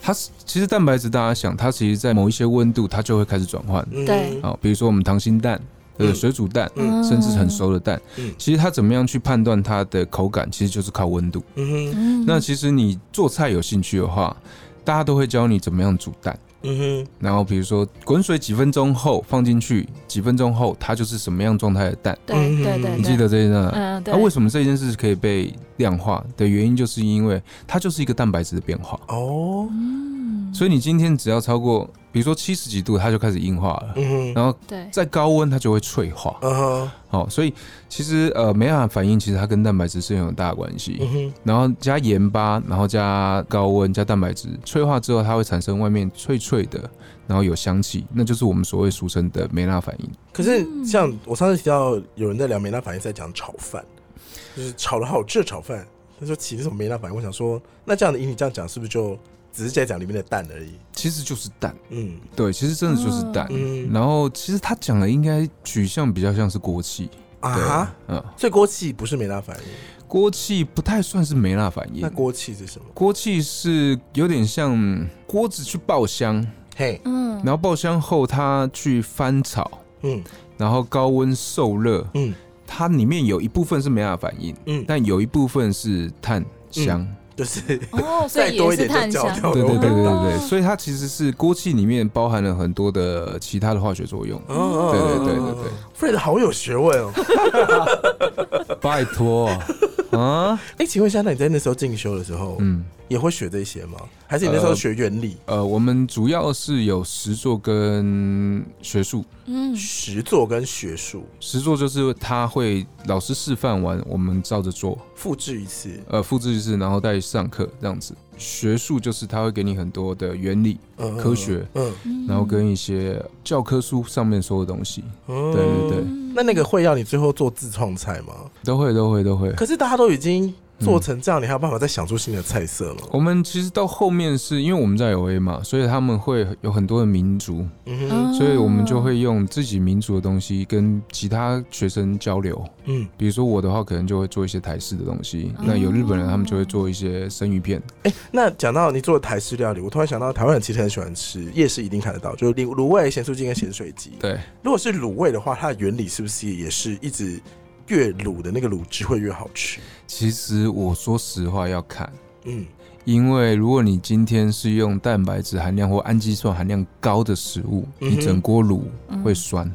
[SPEAKER 3] 它是其实蛋白质，大家想，它其实在某一些温度，它就会开始转换。
[SPEAKER 2] 嗯
[SPEAKER 1] 对
[SPEAKER 3] 好、比如说我们溏心蛋，呃，
[SPEAKER 2] 嗯
[SPEAKER 3] 水煮蛋，
[SPEAKER 2] 嗯
[SPEAKER 3] 甚至很熟的蛋，
[SPEAKER 2] 嗯
[SPEAKER 3] 其实它怎么样去判断它的口感，其实就是靠温度。
[SPEAKER 2] 嗯哼，
[SPEAKER 1] 嗯。
[SPEAKER 3] 那其实你做菜有兴趣的话，大家都会教你怎么样煮蛋。
[SPEAKER 2] 嗯
[SPEAKER 3] 然后比如说滚水几分钟后放进去，几分钟后它就是什么样状态的蛋，
[SPEAKER 1] 对
[SPEAKER 2] 嗯
[SPEAKER 1] 对对，
[SPEAKER 3] 你记
[SPEAKER 1] 对？
[SPEAKER 3] 得这一段？
[SPEAKER 1] 嗯，对。
[SPEAKER 3] 那、为什么这件事可以被量化的原因，就是因为它就是一个蛋白质的变化。
[SPEAKER 2] 哼，哦，
[SPEAKER 1] 嗯，
[SPEAKER 3] 所以你今天只要超过，比如说七十几度，它就开始硬化了，
[SPEAKER 2] 嗯哼，
[SPEAKER 3] 然后
[SPEAKER 1] 对，
[SPEAKER 3] 在高温它就会脆化。
[SPEAKER 2] 嗯哼，
[SPEAKER 3] 哦，所以其实呃，美亚反应其实它跟蛋白质是很有大的关系。
[SPEAKER 2] 嗯哼，
[SPEAKER 3] 然后加盐巴，然后加高温加蛋白质，脆化之后它会产生外面脆脆的，然后有香气，那就是我们所谓俗称的梅纳反应。
[SPEAKER 2] 可是像我上次提到有人在聊梅纳反应，在讲炒饭，就是炒了好吃的炒饭。他说起这种梅纳反应，我想说，那这样的以你这样讲，是不是就只是在讲里面的蛋而已？
[SPEAKER 3] 其实就是蛋，
[SPEAKER 2] 嗯
[SPEAKER 3] 对，其实真的就是蛋。
[SPEAKER 2] 嗯
[SPEAKER 3] 然后其实他讲的应该取向比较像是锅气，
[SPEAKER 2] 啊
[SPEAKER 3] 对，
[SPEAKER 2] 哈，
[SPEAKER 3] 嗯，
[SPEAKER 2] 所以锅气不是梅纳反应，
[SPEAKER 3] 锅气不太算是梅纳反
[SPEAKER 2] 那
[SPEAKER 3] 应。
[SPEAKER 2] 锅气是什么？
[SPEAKER 3] 锅气是有点像锅子去爆香，
[SPEAKER 2] 嘿，
[SPEAKER 1] 嗯，
[SPEAKER 3] 然后爆香后它去翻炒，
[SPEAKER 2] 嗯
[SPEAKER 3] 然后高温受热，
[SPEAKER 2] 嗯
[SPEAKER 3] 它里面有一部分是梅纳反应，
[SPEAKER 2] 嗯，
[SPEAKER 3] 但有一部分是碳香，
[SPEAKER 2] 就是
[SPEAKER 1] 哦，所
[SPEAKER 2] 再
[SPEAKER 1] 以
[SPEAKER 2] 多一
[SPEAKER 1] 也是
[SPEAKER 2] 点就
[SPEAKER 1] 碳
[SPEAKER 2] 焦
[SPEAKER 1] 香，
[SPEAKER 2] 掉
[SPEAKER 3] 对
[SPEAKER 2] 了。
[SPEAKER 3] 对对对
[SPEAKER 1] 哦
[SPEAKER 3] 对，所以它其实是锅气里面包含了很多的其他的化学作用。
[SPEAKER 2] 哦
[SPEAKER 3] 对对对对对，
[SPEAKER 2] ，Fred 好有学问哦。
[SPEAKER 3] 拜托 啊，
[SPEAKER 2] 哎，请问一下，那你在那时候进修的时候，
[SPEAKER 3] 嗯，
[SPEAKER 2] 也会学这些吗？还是你那时候学原理、
[SPEAKER 3] 呃，我们主要是有实作跟学术，
[SPEAKER 1] 嗯，
[SPEAKER 2] 实作跟学术
[SPEAKER 3] 实作就是他会老师示范完，我们照着做，
[SPEAKER 2] 复制一次？
[SPEAKER 3] 呃，复制一次，然后再上课这样子。学术就是他会给你很多的原理，
[SPEAKER 2] 嗯
[SPEAKER 3] 科学，
[SPEAKER 2] 嗯，
[SPEAKER 1] 嗯
[SPEAKER 3] 然后跟一些教科书上面说的东西，
[SPEAKER 2] 嗯
[SPEAKER 3] 对对对，
[SPEAKER 1] 嗯
[SPEAKER 2] 那那个会要你最后做自创菜吗？
[SPEAKER 3] 都会都会都会。
[SPEAKER 2] 可是大家都已经做成这样，你还有办法再想出新的菜色吗？
[SPEAKER 3] 我们其实到后面是因为我们在 L A 嘛，所以他们会有很多的民族，
[SPEAKER 2] 嗯哼，
[SPEAKER 1] 嗯
[SPEAKER 3] 所以我们就会用自己民族的东西跟其他学生交流。
[SPEAKER 2] 嗯，
[SPEAKER 3] 比如说我的话，可能就会做一些台式的东西，
[SPEAKER 1] 哦
[SPEAKER 3] 那有日本人他们就会做一些生鱼片。
[SPEAKER 2] 哎、那讲到你做的台式料理，我突然想到台湾人其实很喜欢吃，夜市一定看得到，就是卤卤味、咸酥鸡跟咸水鸡。
[SPEAKER 3] 对，
[SPEAKER 2] 如果是卤味的话，它的原理是不是也是一直越卤的那个卤汁会越好吃？
[SPEAKER 3] 其实我说实话要看，
[SPEAKER 2] 嗯
[SPEAKER 3] 因为如果你今天是用蛋白质含量或氨基酸含量高的食物，
[SPEAKER 2] 嗯哼
[SPEAKER 3] 你整锅卤会酸，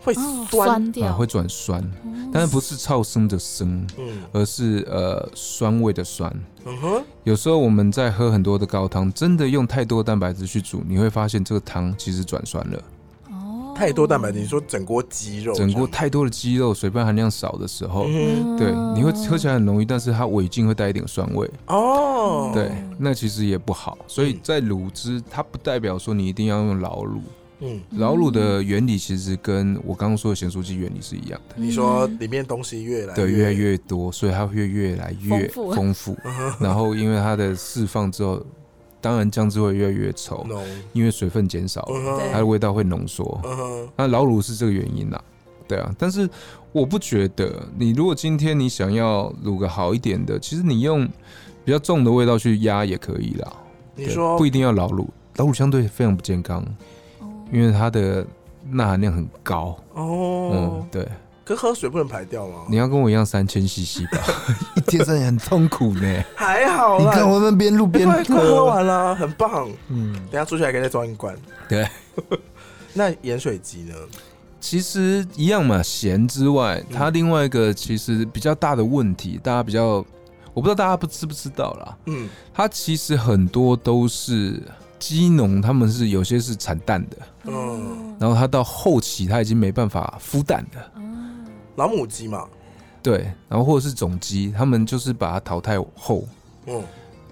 [SPEAKER 2] 会
[SPEAKER 1] 嗯哦
[SPEAKER 2] 酸，
[SPEAKER 1] 酸
[SPEAKER 3] 啊、
[SPEAKER 1] 掉，
[SPEAKER 3] 会转酸，
[SPEAKER 1] 哦
[SPEAKER 3] 但是不是超生的生，
[SPEAKER 2] 嗯
[SPEAKER 3] 而是呃酸味的酸。
[SPEAKER 2] 嗯哼，
[SPEAKER 3] 有时候我们在喝很多的高汤，真的用太多蛋白质去煮，你会发现这个汤其实转酸了。
[SPEAKER 1] 哦
[SPEAKER 2] 太多蛋白质，你说整锅鸡肉这样，
[SPEAKER 3] 整锅太多的鸡肉，水分含量少的时候，
[SPEAKER 2] 嗯
[SPEAKER 3] 对，你会
[SPEAKER 1] 哦
[SPEAKER 3] 喝起来很浓郁，但是它尾劲会带一点酸味，
[SPEAKER 2] 哼，哦，
[SPEAKER 3] 对，那其实也不好。所以在卤汁，它不代表说你一定要用老卤，
[SPEAKER 2] 嗯，
[SPEAKER 3] 老卤的原理其实跟我刚刚说的咸酥鸡原理是一样的，
[SPEAKER 2] 你说里面东西越来
[SPEAKER 3] 对，越来越多，所以它会越来越
[SPEAKER 1] 丰富
[SPEAKER 3] 丰富。然后因为它的释放之后，当然酱汁会越来越稠，
[SPEAKER 2] 浓，
[SPEAKER 3] 因为水分减少了
[SPEAKER 2] 嗯哼，
[SPEAKER 1] 对
[SPEAKER 3] 它的味道会浓缩。
[SPEAKER 2] 嗯哼，
[SPEAKER 3] 那老卤是这个原因啦、对啊。但是我不觉得，你如果今天你想要卤个好一点的，其实你用比较重的味道去压也可以啦。
[SPEAKER 2] 你
[SPEAKER 3] 对
[SPEAKER 2] 说
[SPEAKER 3] 不一定要老卤，老卤相对非常不健康，因为它的钠含量很高。
[SPEAKER 2] 哦
[SPEAKER 3] 嗯，，对，
[SPEAKER 2] 可喝水不能排掉吗？
[SPEAKER 3] 你要跟我一样三千 CC 吧，一天真的很痛苦呢。
[SPEAKER 2] 还好
[SPEAKER 3] 你
[SPEAKER 2] 啦，
[SPEAKER 3] 看我们边录 边
[SPEAKER 2] 快快喝
[SPEAKER 3] 喝，
[SPEAKER 2] 完了，很棒。
[SPEAKER 3] 嗯，
[SPEAKER 2] 等一下出去还可以再装一罐。
[SPEAKER 3] 对。
[SPEAKER 2] 那盐水鸡呢？
[SPEAKER 3] 其实一样嘛，咸之外，
[SPEAKER 2] 嗯
[SPEAKER 3] 它另外一个其实比较大的问题，大家比较，我不知道大家不知不知道啦，
[SPEAKER 2] 嗯，
[SPEAKER 3] 它其实很多都是鸡农，他们是有些是产蛋的，
[SPEAKER 2] 嗯
[SPEAKER 3] 哦
[SPEAKER 1] 哦
[SPEAKER 3] 然后它到后期它已经没办法孵蛋了，
[SPEAKER 2] 老母鸡嘛，
[SPEAKER 3] 对，然后或者是总鸡，他们就是把它淘汰后，
[SPEAKER 2] 嗯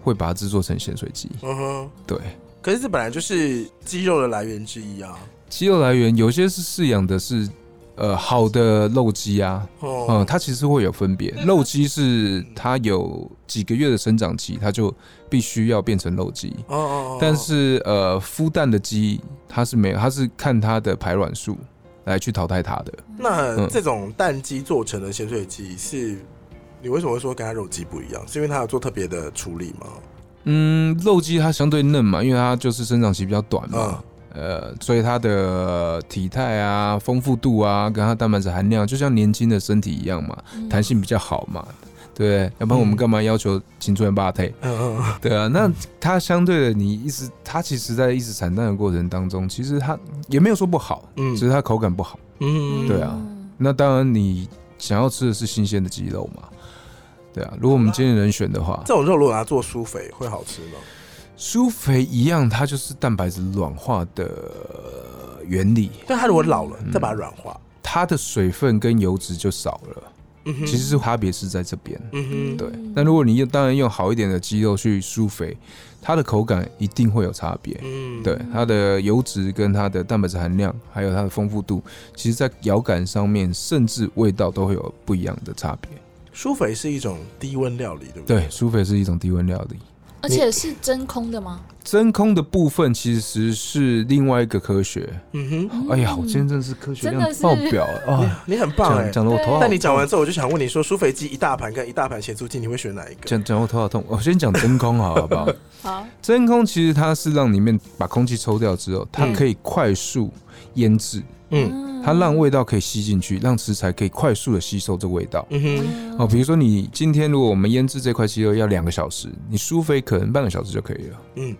[SPEAKER 3] 会把它制作成咸水鸡。
[SPEAKER 2] 嗯哼。
[SPEAKER 3] 对，
[SPEAKER 2] 可是这本来就是鸡肉的来源之一啊。
[SPEAKER 3] 鸡肉来源有些是饲养的是呃好的肉鸡啊，
[SPEAKER 2] 哦，
[SPEAKER 3] 嗯，它其实会有分别。肉鸡是它有几个月的生长期，它就必须要变成肉鸡。
[SPEAKER 2] 哦哦哦
[SPEAKER 3] 但是呃，孵蛋的鸡它是没有，它是看它的排卵数来去淘汰它的。
[SPEAKER 2] 那
[SPEAKER 3] 嗯
[SPEAKER 2] 这种蛋鸡做成的咸水鸡是，你为什么会说跟它肉鸡不一样？是因为它有做特别的处理吗？
[SPEAKER 3] 嗯，肉鸡它相对嫩嘛，因为它就是生长期比较短嘛，
[SPEAKER 2] 嗯
[SPEAKER 3] 呃，所以它的体态啊、丰富度啊，跟它蛋白质含量，就像年轻的身体一样嘛，
[SPEAKER 1] 嗯
[SPEAKER 3] 弹性比较好嘛，对不对？要不然我们干嘛要求青春霸体？
[SPEAKER 2] 嗯嗯
[SPEAKER 3] 对啊，那它相对的，你一直它其实在一直产蛋的过程当中，其实它也没有说不好，
[SPEAKER 2] 嗯
[SPEAKER 3] 只是它口感不好。
[SPEAKER 2] 嗯，
[SPEAKER 3] 对啊那当然，你想要吃的是新鲜的鸡肉嘛，对啊。如果我们今天能选的话，
[SPEAKER 2] 这种肉如果拿来做酥肥会好吃吗？
[SPEAKER 3] 苏肥一样，它就是蛋白质软化的呃原理，
[SPEAKER 2] 但它如果老
[SPEAKER 3] 嗯
[SPEAKER 2] 了，再把它软化，
[SPEAKER 3] 它的水分跟油脂就少了，
[SPEAKER 2] 嗯哼
[SPEAKER 3] 其实是差别是在这边。
[SPEAKER 2] 嗯
[SPEAKER 3] 对，那如果你用当然用好一点的鸡肉去苏肥，它的口感一定会有差别。
[SPEAKER 2] 哼，嗯，
[SPEAKER 3] 对它的油脂跟它的蛋白质含量，还有它的丰富度，其实在咬感上面，甚至味道都会有不一样的差别。
[SPEAKER 2] 酥肥是一种低温料理，对不
[SPEAKER 3] 对，？苏肥是一种低温料理。
[SPEAKER 1] 而且是真空的吗？
[SPEAKER 3] 真空的部分其实是另外一个科学。
[SPEAKER 2] 嗯哼，
[SPEAKER 3] 哎呀，我今天真的是科学量
[SPEAKER 1] 真的是
[SPEAKER 3] 爆表啊！
[SPEAKER 2] 你很棒哎
[SPEAKER 3] 讲。讲的我头好
[SPEAKER 2] 但你讲完之后，我就想问你说，酥肥鸡一大盘跟一大盘咸酥鸡，你会选哪一个？
[SPEAKER 3] 讲讲我头好痛。我先讲真空好 不好？
[SPEAKER 1] 好，
[SPEAKER 3] 真空其实它是让里面把空气抽掉之后，
[SPEAKER 1] 嗯
[SPEAKER 3] 它可以快速腌制，
[SPEAKER 2] 嗯
[SPEAKER 3] 它让味道可以吸进去，让食材可以快速的吸收这味道。
[SPEAKER 2] 嗯哼，
[SPEAKER 1] 嗯
[SPEAKER 3] 哦，比如说你今天如果我们腌制这块鸡肉要两个小时，你苏菲可能半个小时就可以了。
[SPEAKER 2] 嗯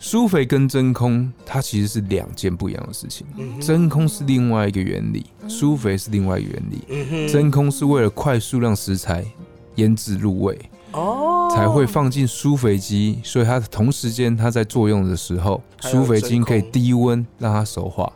[SPEAKER 3] 苏菲跟真空它其实是两件不一样的事情。
[SPEAKER 2] 嗯哼，
[SPEAKER 3] 真空是另外一个原理，苏肥是另外一个原理。
[SPEAKER 2] 嗯哼，
[SPEAKER 3] 真空是为了快速让食材腌制入味，
[SPEAKER 2] 哦，
[SPEAKER 3] 才会放进苏肥机，所以它同时间它在作用的时候，
[SPEAKER 2] 还有
[SPEAKER 3] 苏肥机可以
[SPEAKER 2] 真空
[SPEAKER 3] 低温让它熟化。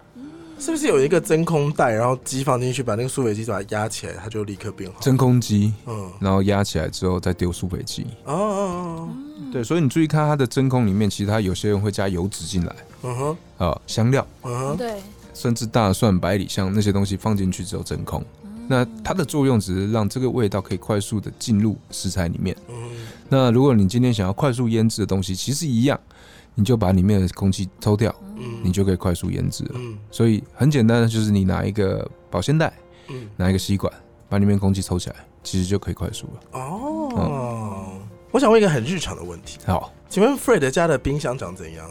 [SPEAKER 2] 是不是有一个真空袋，然后鸡放进去，把那个酥肥鸡把它压起来，它就立刻变好？
[SPEAKER 3] 真空机，
[SPEAKER 2] 嗯，
[SPEAKER 3] 然后压起来之后再丢苏肥机。
[SPEAKER 2] 哦哦，哦
[SPEAKER 3] 对，所以你注意看它的真空里面，其实它有些人会加油脂进来
[SPEAKER 2] 嗯哼，
[SPEAKER 3] 啊、香料，
[SPEAKER 2] 嗯哼，
[SPEAKER 1] 对，
[SPEAKER 3] 甚至大蒜、百里香那些东西放进去之后真空。那
[SPEAKER 1] 嗯
[SPEAKER 3] 它的作用只是让这个味道可以快速的进入食材里面。
[SPEAKER 2] 嗯
[SPEAKER 3] 那如果你今天想要快速腌制的东西，其实一样，你就把里面的空气抽掉，
[SPEAKER 2] 嗯，
[SPEAKER 3] 你就可以快速腌制了。
[SPEAKER 2] 嗯
[SPEAKER 3] 所以很简单的，就是你拿一个保鲜袋，
[SPEAKER 2] 嗯，
[SPEAKER 3] 拿一个吸管，把里面空气抽起来，其实就可以快速了。
[SPEAKER 2] 哦，
[SPEAKER 3] 嗯
[SPEAKER 2] 我想问一个很日常的问题，
[SPEAKER 3] 好，
[SPEAKER 2] 请问 Fred 家的冰箱长怎样？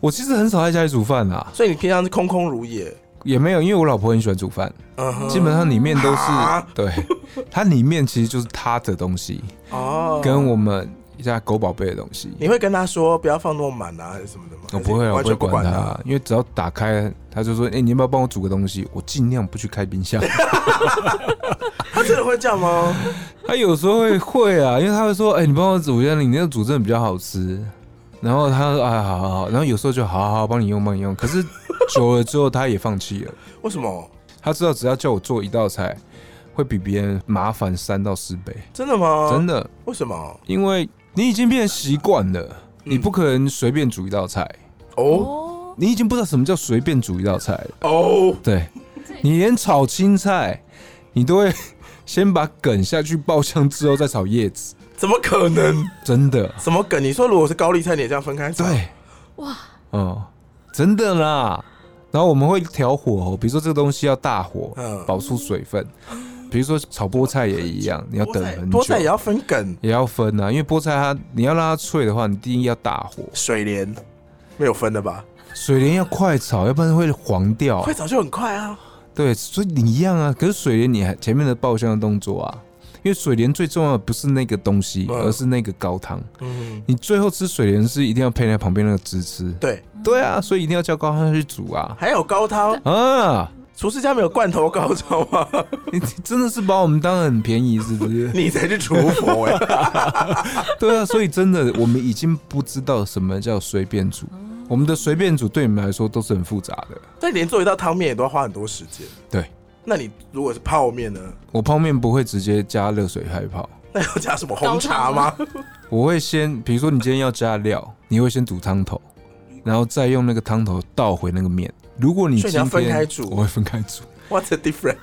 [SPEAKER 3] 我其实很少在家里煮饭啦，
[SPEAKER 2] 所以你平常是空空如也，
[SPEAKER 3] 也没有，因为我老婆很喜欢煮饭，
[SPEAKER 2] 嗯哼，
[SPEAKER 3] 基本上里面都是
[SPEAKER 2] 啊
[SPEAKER 3] 对，它里面其实就是她的东西，
[SPEAKER 2] 哦，
[SPEAKER 3] 跟我们家狗宝贝的东西。
[SPEAKER 2] 你会跟他说不要放那么满啊，还是什么的吗？
[SPEAKER 3] 我不会啊，我
[SPEAKER 2] 还
[SPEAKER 3] 不
[SPEAKER 2] 是
[SPEAKER 3] 会
[SPEAKER 2] 完全不
[SPEAKER 3] 管
[SPEAKER 2] 他。
[SPEAKER 3] 他，因为只要打开，他就说：“哎、你要不要帮我煮个东西？”我尽量不去开冰箱。
[SPEAKER 2] 他真的会这样吗？
[SPEAKER 3] 他有时候会会啊，因为他会说：“哎、你帮我煮一下，你那个煮真的比较好吃。”然后他说：“啊，好好好。”然后有时候就好好好帮你用，帮你用。可是久了之后，他也放弃了。
[SPEAKER 2] 为什么？
[SPEAKER 3] 他知道只要叫我做一道菜，会比别人麻烦三到四倍，
[SPEAKER 2] 真的吗？
[SPEAKER 3] 真
[SPEAKER 2] 的？
[SPEAKER 3] 的，
[SPEAKER 2] 为什么？
[SPEAKER 3] 因为你已经变成习惯了，
[SPEAKER 2] 嗯
[SPEAKER 3] 你不可能随便煮一道菜，
[SPEAKER 2] 哦
[SPEAKER 1] 哦，
[SPEAKER 3] 你已经不知道什么叫随便煮一道菜了。
[SPEAKER 2] 哦，
[SPEAKER 3] 对，你连炒青菜，你都会先把梗下去爆香之后再炒叶子，
[SPEAKER 2] 怎么可能？
[SPEAKER 3] 真的。
[SPEAKER 2] 什么梗？你说如果是高丽菜，你也这样分开炒？
[SPEAKER 3] 对，
[SPEAKER 1] 哇，
[SPEAKER 3] 嗯，真的啦。然后我们会调火候，哦比如说这个东西要大火，
[SPEAKER 2] 嗯
[SPEAKER 3] 保出水分。比如说炒菠菜也一样，你要
[SPEAKER 2] 菠
[SPEAKER 3] 等
[SPEAKER 2] 菜
[SPEAKER 3] 很久，
[SPEAKER 2] 嗯菠菜也要分梗，
[SPEAKER 3] 也要分啊，因为菠菜它你要让它脆的话，你第一要大火，
[SPEAKER 2] 水莲没有分的吧？
[SPEAKER 3] 水莲要快炒，要不然会黄掉
[SPEAKER 2] 快。炒就很快啊。
[SPEAKER 3] 对，所以你一样啊。可是水莲你还前面的爆香的动作啊，因为水莲最重要的不是那个东西，
[SPEAKER 2] 嗯
[SPEAKER 3] 而是那个高汤。
[SPEAKER 2] 嗯，
[SPEAKER 3] 你最后吃水莲是一定要配在旁边那个汁吃。
[SPEAKER 2] 对，
[SPEAKER 3] 对啊，所以一定要叫高汤去煮啊。
[SPEAKER 2] 还有高汤，
[SPEAKER 3] 啊，
[SPEAKER 2] 厨师家没有罐头高汤吗？？
[SPEAKER 3] 你真的是把我们当得很便宜是不是
[SPEAKER 2] 你才是厨佛哎、
[SPEAKER 3] 对啊，所以真的我们已经不知道什么叫随便煮，
[SPEAKER 2] 哦
[SPEAKER 3] 我们的随便煮对你们来说都是很复杂的。
[SPEAKER 2] 但连做一道汤面也都要花很多时间。
[SPEAKER 3] 对，
[SPEAKER 2] 那你如果是泡面呢？
[SPEAKER 3] 我泡面不会直接加热水开泡，
[SPEAKER 2] 那要加什么红茶吗？
[SPEAKER 3] 我会先，比如说你今天要加料，你会先煮汤头，然后再用那个汤头倒回那个面。如果你
[SPEAKER 2] 所
[SPEAKER 3] 今
[SPEAKER 2] 以你要
[SPEAKER 3] 天
[SPEAKER 2] 分开煮
[SPEAKER 3] 我会分开煮。
[SPEAKER 2] What's the difference？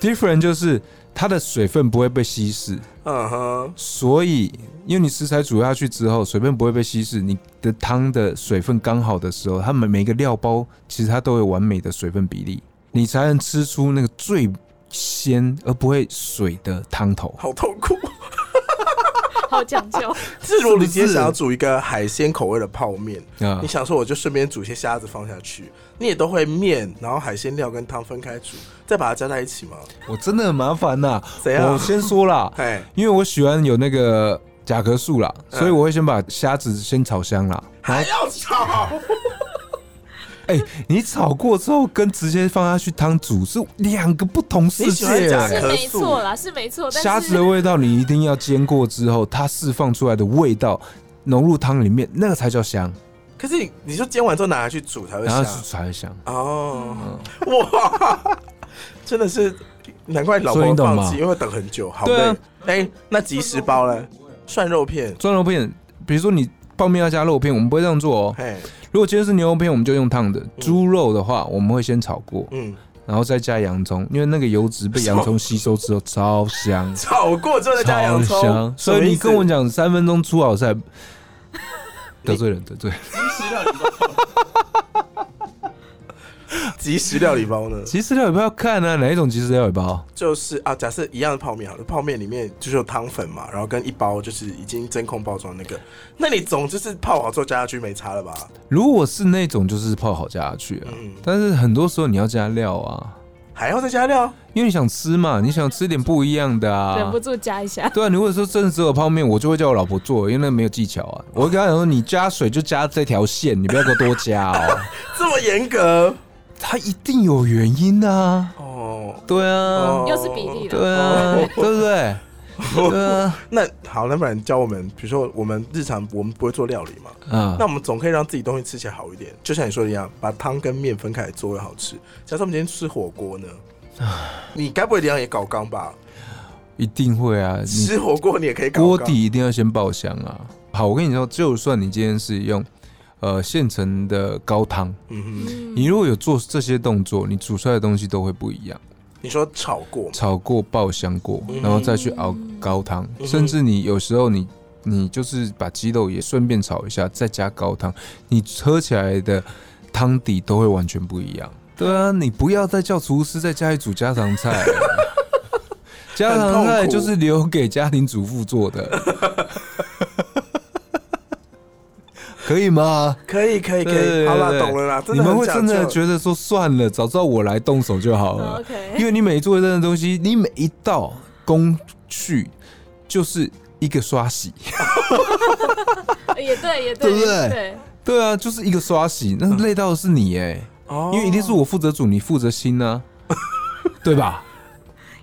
[SPEAKER 3] Different 就是它的水分不会被稀释，
[SPEAKER 2] 嗯哼，
[SPEAKER 3] 所以因为你食材煮下去之后，水分不会被稀释，你的汤的水分刚好的时候，它每每个料包其实它都有完美的水分比例，你才能吃出那个最鲜而不会水的汤头。
[SPEAKER 2] 好痛苦。
[SPEAKER 1] 好讲究，
[SPEAKER 2] 是如果你今天
[SPEAKER 3] 是不是
[SPEAKER 2] 想要煮一个海鲜口味的泡面，
[SPEAKER 3] 啊
[SPEAKER 2] 你想说我就顺便煮些虾子放下去，你也都会面，然后海鲜料跟汤分开煮，再把它加在一起吗？
[SPEAKER 3] 我真的很麻烦呐、
[SPEAKER 2] 怎样
[SPEAKER 3] 我先说 啦，
[SPEAKER 2] 哎，
[SPEAKER 3] 因为我喜欢有那个甲壳素啦，
[SPEAKER 2] 嗯
[SPEAKER 3] 所以我会先把虾子先炒香啦。
[SPEAKER 2] 还要炒？
[SPEAKER 3] 哎、你炒过之后跟直接放下去汤煮是两个不同世
[SPEAKER 2] 你喜欢
[SPEAKER 3] 界、
[SPEAKER 2] 甲
[SPEAKER 1] 是
[SPEAKER 2] 壳
[SPEAKER 3] 欸。
[SPEAKER 1] 没错啦，是没错，
[SPEAKER 3] 虾
[SPEAKER 1] 但
[SPEAKER 3] 子的
[SPEAKER 1] 是
[SPEAKER 3] 味道你一定要煎过之后，它释放出来的味道融入汤里面，那个才叫香，
[SPEAKER 2] 可是你你就煎完之后拿来去煮才会
[SPEAKER 3] 然后
[SPEAKER 2] 香
[SPEAKER 3] 是才会香。
[SPEAKER 2] 哦，哇，真的是难怪老
[SPEAKER 3] 所以
[SPEAKER 2] 婆
[SPEAKER 3] 你懂
[SPEAKER 2] 放
[SPEAKER 3] 吗
[SPEAKER 2] 弃，因为等很久，好
[SPEAKER 3] 对
[SPEAKER 2] 累
[SPEAKER 3] 啊。
[SPEAKER 2] 哎，那即食包呢？涮肉片，
[SPEAKER 3] 涮肉片，比如说你泡面要加肉片，我们不会这样做哦。
[SPEAKER 2] 哎，
[SPEAKER 3] 如果今天是牛肉片，我们就用烫的；猪肉的话，我们会先炒过，
[SPEAKER 2] 嗯，
[SPEAKER 3] 然后再加洋葱，因为那个油脂被洋葱吸收之后超香，
[SPEAKER 2] 炒过之 后再加洋
[SPEAKER 3] 超
[SPEAKER 2] 葱
[SPEAKER 3] 香。，所以你跟我讲三分钟出 好菜，得罪人得罪人。
[SPEAKER 2] 即食料理包呢？
[SPEAKER 3] 即食料理包要看啊，哪一种即食料理包？
[SPEAKER 2] 就是啊，假设一样的泡面好了，泡面里面就是有汤粉嘛，然后跟一包就是已经真空包装那个，那你总就是泡好之后加下去没差了吧？
[SPEAKER 3] 如果是那种，就是泡好加下去啊。
[SPEAKER 2] 嗯，
[SPEAKER 3] 但是很多时候你要加料啊，
[SPEAKER 2] 还要再加料？
[SPEAKER 3] 因为你想吃嘛，你想吃点不一样的
[SPEAKER 1] 忍
[SPEAKER 3] 啊
[SPEAKER 1] 不。住加一下，
[SPEAKER 3] 对啊，如果说真的只有泡面，我就会叫我老婆做，因为那个没有技巧啊。我会跟她讲说，你加水就加这条线，你不要给我多加哦。
[SPEAKER 2] 这么严格？
[SPEAKER 3] 它一定有原因的啊。
[SPEAKER 2] 哦，
[SPEAKER 3] 对啊，
[SPEAKER 2] 哦
[SPEAKER 1] 嗯又是比例了。
[SPEAKER 3] 对啊，对不对？对啊，
[SPEAKER 2] 那好，那不然教我们，比如说我们日常我们不会做料理嘛，
[SPEAKER 3] 啊
[SPEAKER 2] 那，我们总可以让自己东西吃起来好一点，就像你说的一样，把汤跟面分开来做会好吃。假设我们今天吃火锅 呢？你该不会一样也搞缸吧？
[SPEAKER 3] 一定会啊。你
[SPEAKER 2] 吃火嗯锅你也可以搞
[SPEAKER 3] 锅
[SPEAKER 2] 缸
[SPEAKER 3] 底一定要先爆香啊！好，我跟你说，就算你今天是用呃现成的高汤，
[SPEAKER 2] 嗯哼，
[SPEAKER 1] 嗯
[SPEAKER 3] 你如果有做这些动作，你煮出来的东西都会不一样。
[SPEAKER 2] 你说炒过吗？
[SPEAKER 3] 炒过、爆香过，
[SPEAKER 2] 嗯
[SPEAKER 3] 然后再去熬高汤，
[SPEAKER 2] 嗯
[SPEAKER 3] 甚至你有时候你你就是把鸡肉也顺便炒一下，再加高汤，你喝起来的汤底都会完全不一样。对啊，你不要再叫厨师在家里煮家常 菜了。家常菜就是留给家庭主妇做的， 可以吗？
[SPEAKER 2] 可以哎可以可
[SPEAKER 3] 对
[SPEAKER 2] 以，好啦，
[SPEAKER 3] 对对
[SPEAKER 2] 懂了啦，真
[SPEAKER 3] 你
[SPEAKER 2] 的
[SPEAKER 3] 们
[SPEAKER 2] 很
[SPEAKER 3] 会
[SPEAKER 2] 讲
[SPEAKER 3] 真
[SPEAKER 2] 究。
[SPEAKER 3] 的觉得说算了，早知道我来动手就好了。因
[SPEAKER 1] 哦 OK，
[SPEAKER 3] 为你每做一样的东西，你每一道工序就是一个刷洗，
[SPEAKER 1] 哦也对，也
[SPEAKER 3] 对不对
[SPEAKER 1] 对，
[SPEAKER 3] 对啊，就是一个刷洗，那累到的是你哎、
[SPEAKER 2] 嗯哦
[SPEAKER 3] 因为一定是我负责煮，你负责心 啊，对吧？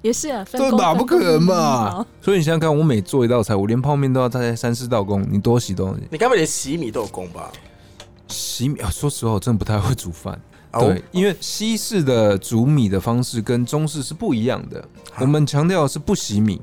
[SPEAKER 1] 也是啊，分
[SPEAKER 3] 对
[SPEAKER 1] 工
[SPEAKER 3] 吧？
[SPEAKER 1] 分
[SPEAKER 3] 不
[SPEAKER 1] 工哦
[SPEAKER 3] 可能嘛
[SPEAKER 1] 好！
[SPEAKER 3] 所以你想想看，我每做一道菜，我连泡面都要大概三四道工，你多洗东西，
[SPEAKER 2] 你该不会连洗米都有功吧？
[SPEAKER 3] 洗米。啊说实话，我真的不太会煮饭。
[SPEAKER 2] 哦
[SPEAKER 3] 对，因为西式的煮米的方式跟中式是不一样的。我们强调的是不洗米，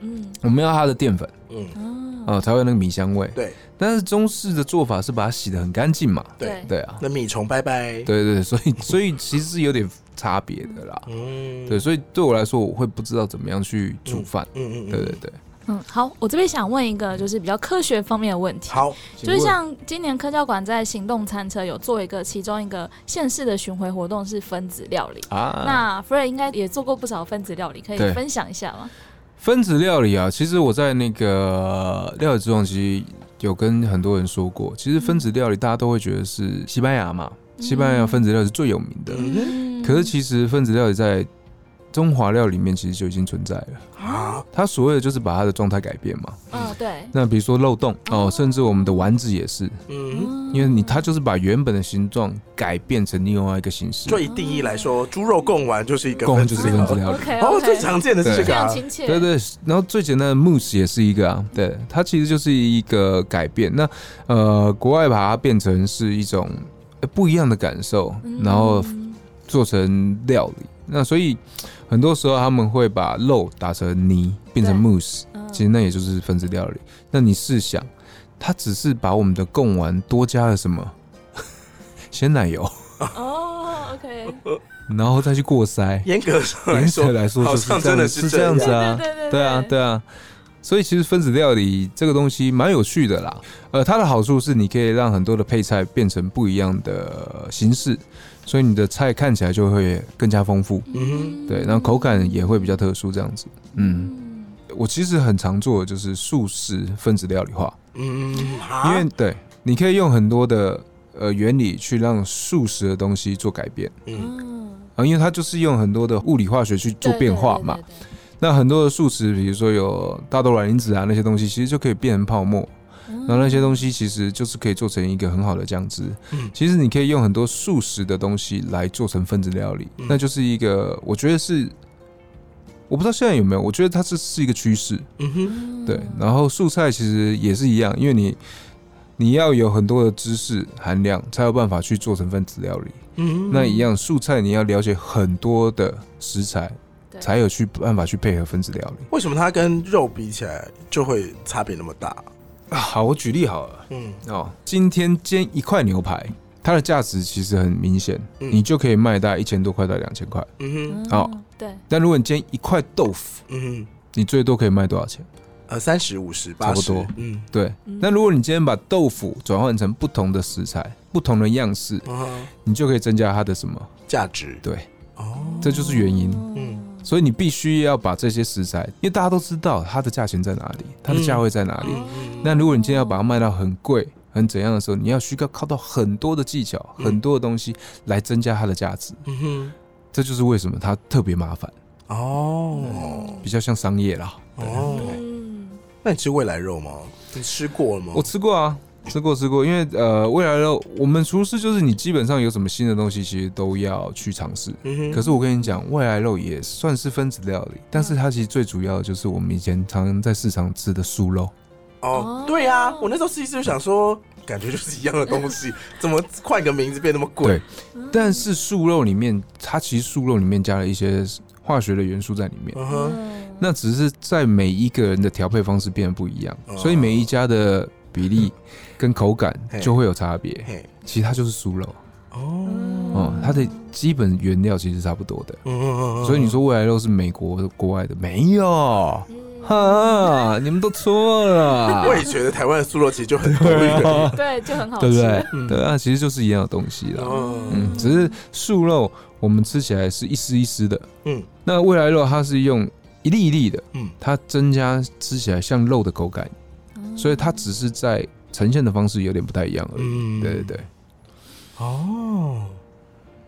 [SPEAKER 1] 嗯
[SPEAKER 3] 我们要它的淀粉
[SPEAKER 2] 嗯，
[SPEAKER 1] 啊，
[SPEAKER 3] 啊、才会有那个米香味。
[SPEAKER 2] 对，
[SPEAKER 3] 但是中式的做法是把它洗得很干净嘛？
[SPEAKER 2] 对
[SPEAKER 1] 对，
[SPEAKER 3] 对啊，
[SPEAKER 2] 那米虫拜拜。，
[SPEAKER 3] 对对，对所 以所以其实是有点差别的啦。
[SPEAKER 2] 嗯
[SPEAKER 3] 对，，所以对我来说，我会不知道怎么样去煮饭。
[SPEAKER 2] 嗯嗯嗯，
[SPEAKER 3] 对对对，
[SPEAKER 1] 嗯，好，我这边想问一个就是比较科学方面的问题，
[SPEAKER 2] 好，
[SPEAKER 1] 就是像今年科教馆在行动餐车有做一个其中一个县市的巡回活动是分子料理。
[SPEAKER 3] 啊，
[SPEAKER 1] 那 Fred 应该也做过不少分子料理，可以
[SPEAKER 3] 对
[SPEAKER 1] 分享一下吗？
[SPEAKER 3] 分子料理啊，其实我在那个料理之王其实有跟很多人说过，其实分子料理大家都会觉得是西班牙嘛，西班牙分子料理是最有名的。
[SPEAKER 2] 嗯
[SPEAKER 1] 嗯
[SPEAKER 3] 可是其实分子料理在中华料理里面其实就已经存在了，
[SPEAKER 2] 啊，
[SPEAKER 3] 它所谓的就是把它的状态改变嘛。
[SPEAKER 1] 嗯，对，
[SPEAKER 3] 那比如说漏洞哦，甚至我们的丸子也是，
[SPEAKER 2] 嗯，
[SPEAKER 3] 因为你它就是把原本的形状改变成另外一个形式
[SPEAKER 2] 就，以定义来说，猪肉贡丸就是一个
[SPEAKER 3] 共
[SPEAKER 2] 分
[SPEAKER 3] 丸
[SPEAKER 2] 子
[SPEAKER 3] 就是一个
[SPEAKER 2] 料
[SPEAKER 3] 分子料理
[SPEAKER 1] OK，
[SPEAKER 2] 哦，最常见的是这
[SPEAKER 1] 非
[SPEAKER 2] 个啊
[SPEAKER 1] 常，亲切，
[SPEAKER 3] 对对，然后最简单的 mousse 也是一个啊，对，它其实就是一个改变。那呃，国外把它变
[SPEAKER 1] 嗯
[SPEAKER 3] 成是一种呃不一样的感受，然后做成料理。那所以很多时候他们会把肉打成泥，变成
[SPEAKER 1] 对
[SPEAKER 3] mousse，
[SPEAKER 1] 嗯
[SPEAKER 3] 其实那也就是分子料理。那你试想，它只是把我们的贡丸多加了什么？ 鲜奶油，
[SPEAKER 1] 哦，OK，
[SPEAKER 3] 然后再去过筛。
[SPEAKER 2] 严格上来
[SPEAKER 3] 严
[SPEAKER 2] 说
[SPEAKER 3] 格，来说
[SPEAKER 2] 好
[SPEAKER 3] 就是这
[SPEAKER 2] 像
[SPEAKER 3] 样，
[SPEAKER 2] 真的是
[SPEAKER 3] 是这样
[SPEAKER 2] 这
[SPEAKER 3] 子啊。
[SPEAKER 1] 对对
[SPEAKER 3] 对啊，，对啊。所以其实分子料理这个东西蛮有趣的啦，呃，它的好处是你可以让很多的配菜变成不一样的形式，所以你的菜看起来就会更加丰富，
[SPEAKER 2] 嗯
[SPEAKER 3] 对，然后口感也会比较特殊这样子。嗯，
[SPEAKER 1] 嗯，
[SPEAKER 3] 我其实很常做的就是素食分子料理化，
[SPEAKER 2] 嗯，
[SPEAKER 3] 因
[SPEAKER 2] 啊
[SPEAKER 3] 为对，你可以用很多的呃原理去让素食的东西做改变
[SPEAKER 2] 嗯
[SPEAKER 1] 嗯，
[SPEAKER 3] 啊、因为它就是用很多的物理化学去做
[SPEAKER 1] 对
[SPEAKER 3] 变化嘛，，
[SPEAKER 1] 对对对对
[SPEAKER 3] 那很多的素食，比如说有大豆卵磷脂啊那些东西，其实就可以变成泡沫。
[SPEAKER 1] 嗯
[SPEAKER 3] 然后那些东西其实就是可以做成一个很好的酱汁。
[SPEAKER 2] 嗯
[SPEAKER 3] 其实你可以用很多素食的东西来做成分子料理，
[SPEAKER 2] 嗯
[SPEAKER 3] 那就是一个我觉得是，我不知道现在有没有，我觉得它是是一个趋势。
[SPEAKER 2] 嗯哼，
[SPEAKER 1] 嗯
[SPEAKER 3] 对，然后素菜其实也是一样，因为你你要有很多的知识含量，才有办法去做成分子料理。
[SPEAKER 2] 嗯
[SPEAKER 3] 那一样素菜你要了解很多的食材，
[SPEAKER 1] 对
[SPEAKER 3] 才有去办法去配合分子料理。
[SPEAKER 2] 为什么它跟肉比起来就会差别那么大？
[SPEAKER 3] 啊，好，我举例好了
[SPEAKER 2] 嗯
[SPEAKER 3] 哦。今天煎一块牛排，它的价值其实很明显，
[SPEAKER 2] 嗯
[SPEAKER 3] 你就可以卖大概一千多块到两千块。
[SPEAKER 2] 嗯哼
[SPEAKER 1] 嗯
[SPEAKER 3] 哦，
[SPEAKER 1] 对，
[SPEAKER 3] 但如果你煎一块豆腐，
[SPEAKER 2] 嗯哼，
[SPEAKER 3] 你最多可以卖多少钱？
[SPEAKER 2] 呃，三十五十
[SPEAKER 3] 差
[SPEAKER 2] 八
[SPEAKER 3] 不
[SPEAKER 2] 十，
[SPEAKER 3] 多
[SPEAKER 2] 嗯
[SPEAKER 3] 对。
[SPEAKER 1] 嗯
[SPEAKER 3] 那如果你今天把豆腐转换成不同的食材、不同的样式，
[SPEAKER 2] 啊，
[SPEAKER 3] 你就可以增加它的什么？
[SPEAKER 2] 价值
[SPEAKER 3] 对，
[SPEAKER 2] 哦，
[SPEAKER 3] 这就是原因。
[SPEAKER 1] 嗯，
[SPEAKER 3] 所以你必须要把这些食材，因为大家都知道它的价钱在哪里，它的价位在哪里。
[SPEAKER 2] 嗯嗯
[SPEAKER 3] 那如果你今天要把它卖到很贵、很怎样的时候，你要需要靠到很多的技巧、
[SPEAKER 2] 嗯
[SPEAKER 3] 很多的东西来增加它的价值。
[SPEAKER 2] 嗯哼，
[SPEAKER 3] 这就是为什么它特别麻烦，
[SPEAKER 2] 哦
[SPEAKER 3] 比较像商业啦。
[SPEAKER 2] 哦，
[SPEAKER 1] 嗯
[SPEAKER 2] 那你吃未来肉吗？你吃过了吗？
[SPEAKER 3] 我吃过啊，吃过吃过，因为呃，未来的我们厨师就是你基本上有什么新的东西，其实都要去尝试。
[SPEAKER 2] 嗯哼，
[SPEAKER 3] 可是我跟你讲，未来肉也算是分子料理，但是它其实最主要的就是我们以前常常在市场吃的素肉。
[SPEAKER 2] 哦
[SPEAKER 1] 哦，
[SPEAKER 2] 对呀，我那时候吃一次就想说，感觉就是一样的东西，怎么换个名字变那么贵？
[SPEAKER 3] 对，但是素肉里面，它其实素肉里面加了一些化学的元素在里面。
[SPEAKER 2] 嗯哼，
[SPEAKER 1] 嗯
[SPEAKER 3] 那只是在每一个人的调配方式变得不一样，
[SPEAKER 2] 哦嗯
[SPEAKER 3] 所以每一家的比例跟口感
[SPEAKER 2] 嘿
[SPEAKER 3] 就会有差别。
[SPEAKER 2] 嘿，
[SPEAKER 3] 其实它就是酥肉
[SPEAKER 2] 嗯
[SPEAKER 1] 嗯
[SPEAKER 2] 哦，
[SPEAKER 3] 哦，它的基本原料其实是差不多的。
[SPEAKER 2] 嗯
[SPEAKER 3] 所以你，说未来肉是美国国外的没
[SPEAKER 2] 哦
[SPEAKER 3] 有？
[SPEAKER 1] 嗯
[SPEAKER 3] 哈，你们都错了
[SPEAKER 2] 我，也觉得台湾的酥肉其实就很多
[SPEAKER 3] 对
[SPEAKER 2] 元，
[SPEAKER 3] 啊
[SPEAKER 1] 对，就很好吃，
[SPEAKER 3] 对不对？
[SPEAKER 2] 嗯
[SPEAKER 3] 对啊，其实就是一样的东西啦。
[SPEAKER 2] 嗯
[SPEAKER 3] 嗯，只是素肉我们吃起来是一丝一丝的，
[SPEAKER 2] 嗯
[SPEAKER 3] 那未来肉它是用一粒一粒的，
[SPEAKER 2] 嗯
[SPEAKER 3] 它增加吃起来像肉的口感。
[SPEAKER 1] 嗯
[SPEAKER 3] 所以它只是在呈现的方式有点不太一样而已。
[SPEAKER 2] 嗯，
[SPEAKER 3] 对对，对，
[SPEAKER 2] 哦，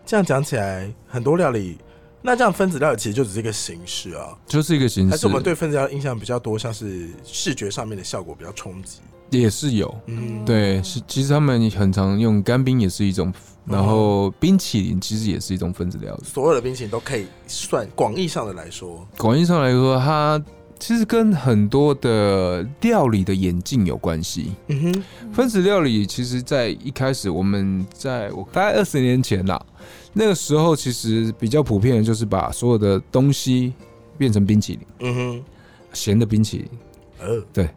[SPEAKER 2] 这样讲起来，很多料理，那这样分子料理其实就只是一个形式啊，
[SPEAKER 3] 就是一个形
[SPEAKER 2] 还是
[SPEAKER 3] 式
[SPEAKER 2] 我，们对分子料理印象比较多，像是视觉上面的效果比较冲击，
[SPEAKER 3] 也是有。
[SPEAKER 2] 嗯，
[SPEAKER 3] 对，是其实他们很常用干冰也是一种，
[SPEAKER 2] 哦
[SPEAKER 3] 然后冰淇淋其实也是一种分子料理。
[SPEAKER 2] 所有的冰淇淋都可以算广义上的来说，
[SPEAKER 3] 广义上来说，它其实跟很多的料理的演进有关系。
[SPEAKER 2] 嗯哼，
[SPEAKER 3] 分子料理其实，在一开始我们在我大概二十年前啦，那个时候其实比较普遍的就是把所有的东西变成冰淇淋，
[SPEAKER 2] 嗯哼，
[SPEAKER 3] 咸的冰淇淋，
[SPEAKER 2] 呃，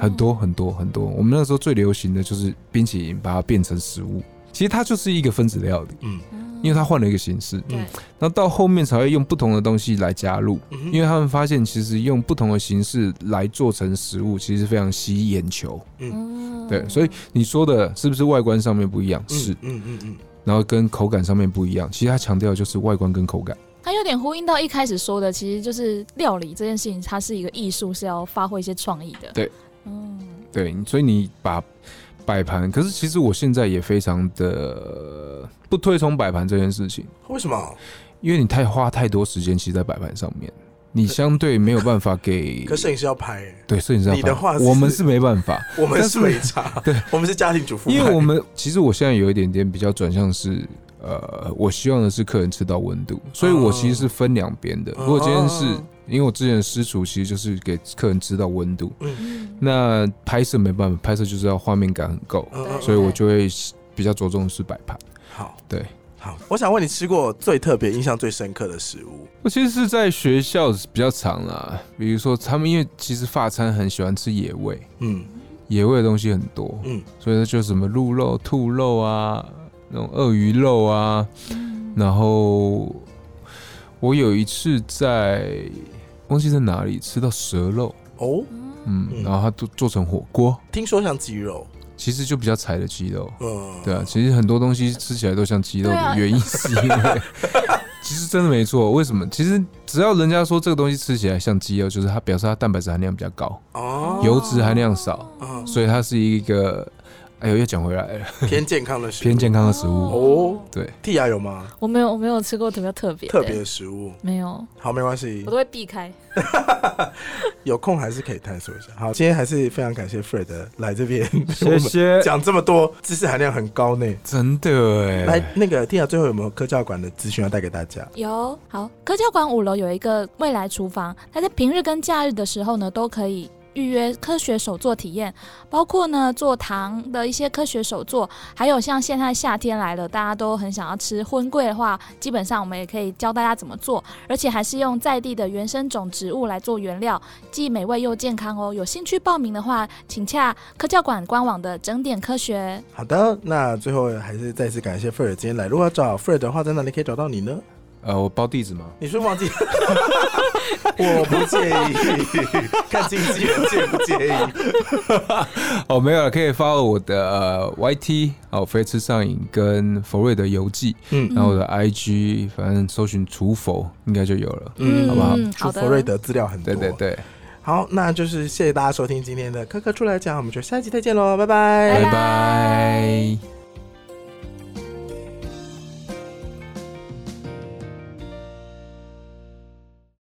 [SPEAKER 3] 很
[SPEAKER 2] 哦
[SPEAKER 3] 多很多很多。我们那时候最流行的就是冰淇淋，把它变成食物。其实它就是一个分子料理，
[SPEAKER 2] 嗯
[SPEAKER 1] 嗯，
[SPEAKER 3] 因为它换了一个形式。
[SPEAKER 1] 对
[SPEAKER 2] 嗯
[SPEAKER 3] 那到后面才会用不同的东西来加入，
[SPEAKER 2] 嗯
[SPEAKER 3] 因
[SPEAKER 2] 哼，
[SPEAKER 3] 为他们发现其实用不同的形式来做成食物，其实非常吸眼球。
[SPEAKER 2] 哦
[SPEAKER 1] 嗯
[SPEAKER 3] 对，所以你说的是不是外观上面不一样？
[SPEAKER 2] 嗯
[SPEAKER 3] 是，
[SPEAKER 2] 嗯嗯嗯，
[SPEAKER 3] 然后跟口感上面不一样。其实它强调的就是外观跟口感。
[SPEAKER 1] 它有点呼应到一开始说的，其实就是料理这件事情，它是一个艺术，是要发挥一些创意的。
[SPEAKER 3] 对，
[SPEAKER 1] 嗯，
[SPEAKER 3] 对，所以你把摆盘，可是其实我现在也非常的不推崇摆盘这件事情。
[SPEAKER 2] 为什么？
[SPEAKER 3] 因为你太花太多时间其实在摆盘上面，你相对没有办法 给
[SPEAKER 2] 可摄影师要拍、欸，
[SPEAKER 3] 对摄影师要
[SPEAKER 2] 你的
[SPEAKER 3] 拍
[SPEAKER 2] 话是
[SPEAKER 3] 我们是没办 法，
[SPEAKER 2] 我们
[SPEAKER 3] 但
[SPEAKER 2] 是
[SPEAKER 3] 是
[SPEAKER 2] 没差，对，我们是家庭主妇，
[SPEAKER 3] 因为我们其实我现在有一点点比较转向是。呃，我希望的是客人吃到温度，所以我其实是分两边的。
[SPEAKER 2] 哦
[SPEAKER 3] 如果今天是因为我之前的师厨，其实就是给客人吃到温度，
[SPEAKER 1] 嗯
[SPEAKER 3] 那拍摄没办法，拍摄就是要画面感很够，
[SPEAKER 2] 嗯，嗯嗯
[SPEAKER 3] 所以我就会比较着重的是摆盘。
[SPEAKER 2] 好，
[SPEAKER 3] 对，
[SPEAKER 2] 好，我想问你吃过最特别、印象最深刻的食物？
[SPEAKER 3] 我其实是在学校比较常啦，比如说他们因为其实法餐很喜欢吃野味，
[SPEAKER 2] 嗯
[SPEAKER 3] 野味的东西很多，
[SPEAKER 2] 嗯，
[SPEAKER 3] 所以就什么鹿肉、兔肉啊，那种鳄鱼肉啊，
[SPEAKER 1] 嗯
[SPEAKER 3] 然后我有一次在忘记在哪里吃到蛇肉，
[SPEAKER 2] 哦，
[SPEAKER 3] 嗯，
[SPEAKER 2] 嗯
[SPEAKER 3] 然后它做做成火锅，
[SPEAKER 2] 听说像鸡肉，
[SPEAKER 3] 其实就比较柴的鸡肉。
[SPEAKER 2] 嗯，
[SPEAKER 3] 对啊，其实很多东西吃起来都像鸡肉
[SPEAKER 1] 对啊
[SPEAKER 3] 的原因是因 为，其实真的没错。为什么？其实只要人家说这个东西吃起来像鸡肉，就是它表示它蛋白质含量比较高，
[SPEAKER 2] 哦，
[SPEAKER 3] 油脂含量少，
[SPEAKER 2] 嗯
[SPEAKER 3] 所以它是一个，哎呦，又讲回来了，
[SPEAKER 2] 偏健康的食物，
[SPEAKER 3] 偏健康的食物。
[SPEAKER 2] 哦
[SPEAKER 3] 对，
[SPEAKER 2] 蒂亚有吗？
[SPEAKER 1] 我没有，我没有吃过特别特别的
[SPEAKER 2] 特别的食物？
[SPEAKER 1] 没有，
[SPEAKER 2] 好，没关系
[SPEAKER 1] 我，都会避开。
[SPEAKER 2] 有空还是可以探索一下。好，今天还是非常感谢 Fred 来这边，
[SPEAKER 3] 谢谢，
[SPEAKER 2] 讲这么多，知识含量很高呢。
[SPEAKER 3] 真的哎，
[SPEAKER 2] 来，那个蒂亚最后有没有科教馆的资讯要带给大家？
[SPEAKER 1] 有好，科教馆五楼有一个未来厨房，它在平日跟假日的时候呢，都可以预约科学手作体验，包括呢做糖的一些科学手作，还有像现在夏天来了，大家都很想要吃荤桂的话，基本上我们也可以教大家怎么做，而且还是用在地的原生种植物来做原料，既美味又健康哦。有兴趣报名的话，请洽科教馆官网的整点科学。
[SPEAKER 2] 好的，那最后还是再次感谢 Fred 今天来。如果要找 Fred 的话，在哪里可以找到你呢？
[SPEAKER 3] 呃，我报地址吗？
[SPEAKER 2] 你是忘 记？我不介意， 看经纪人介不介意。
[SPEAKER 3] 哦，没有了，可以发我的呃 YT 哦，飞吃上瘾跟佛瑞的游记，
[SPEAKER 2] 嗯
[SPEAKER 3] 然后我的 IG，反正搜寻厨佛应该就有了。
[SPEAKER 1] 嗯
[SPEAKER 2] 好不好？
[SPEAKER 1] 嗯
[SPEAKER 2] 祝
[SPEAKER 1] 好的
[SPEAKER 2] 福瑞德资料很多。
[SPEAKER 3] 对对。对，
[SPEAKER 2] 好，那就是谢谢大家收听今天的科科出来讲，我们就下期再见喽，拜拜
[SPEAKER 1] 拜
[SPEAKER 3] 拜拜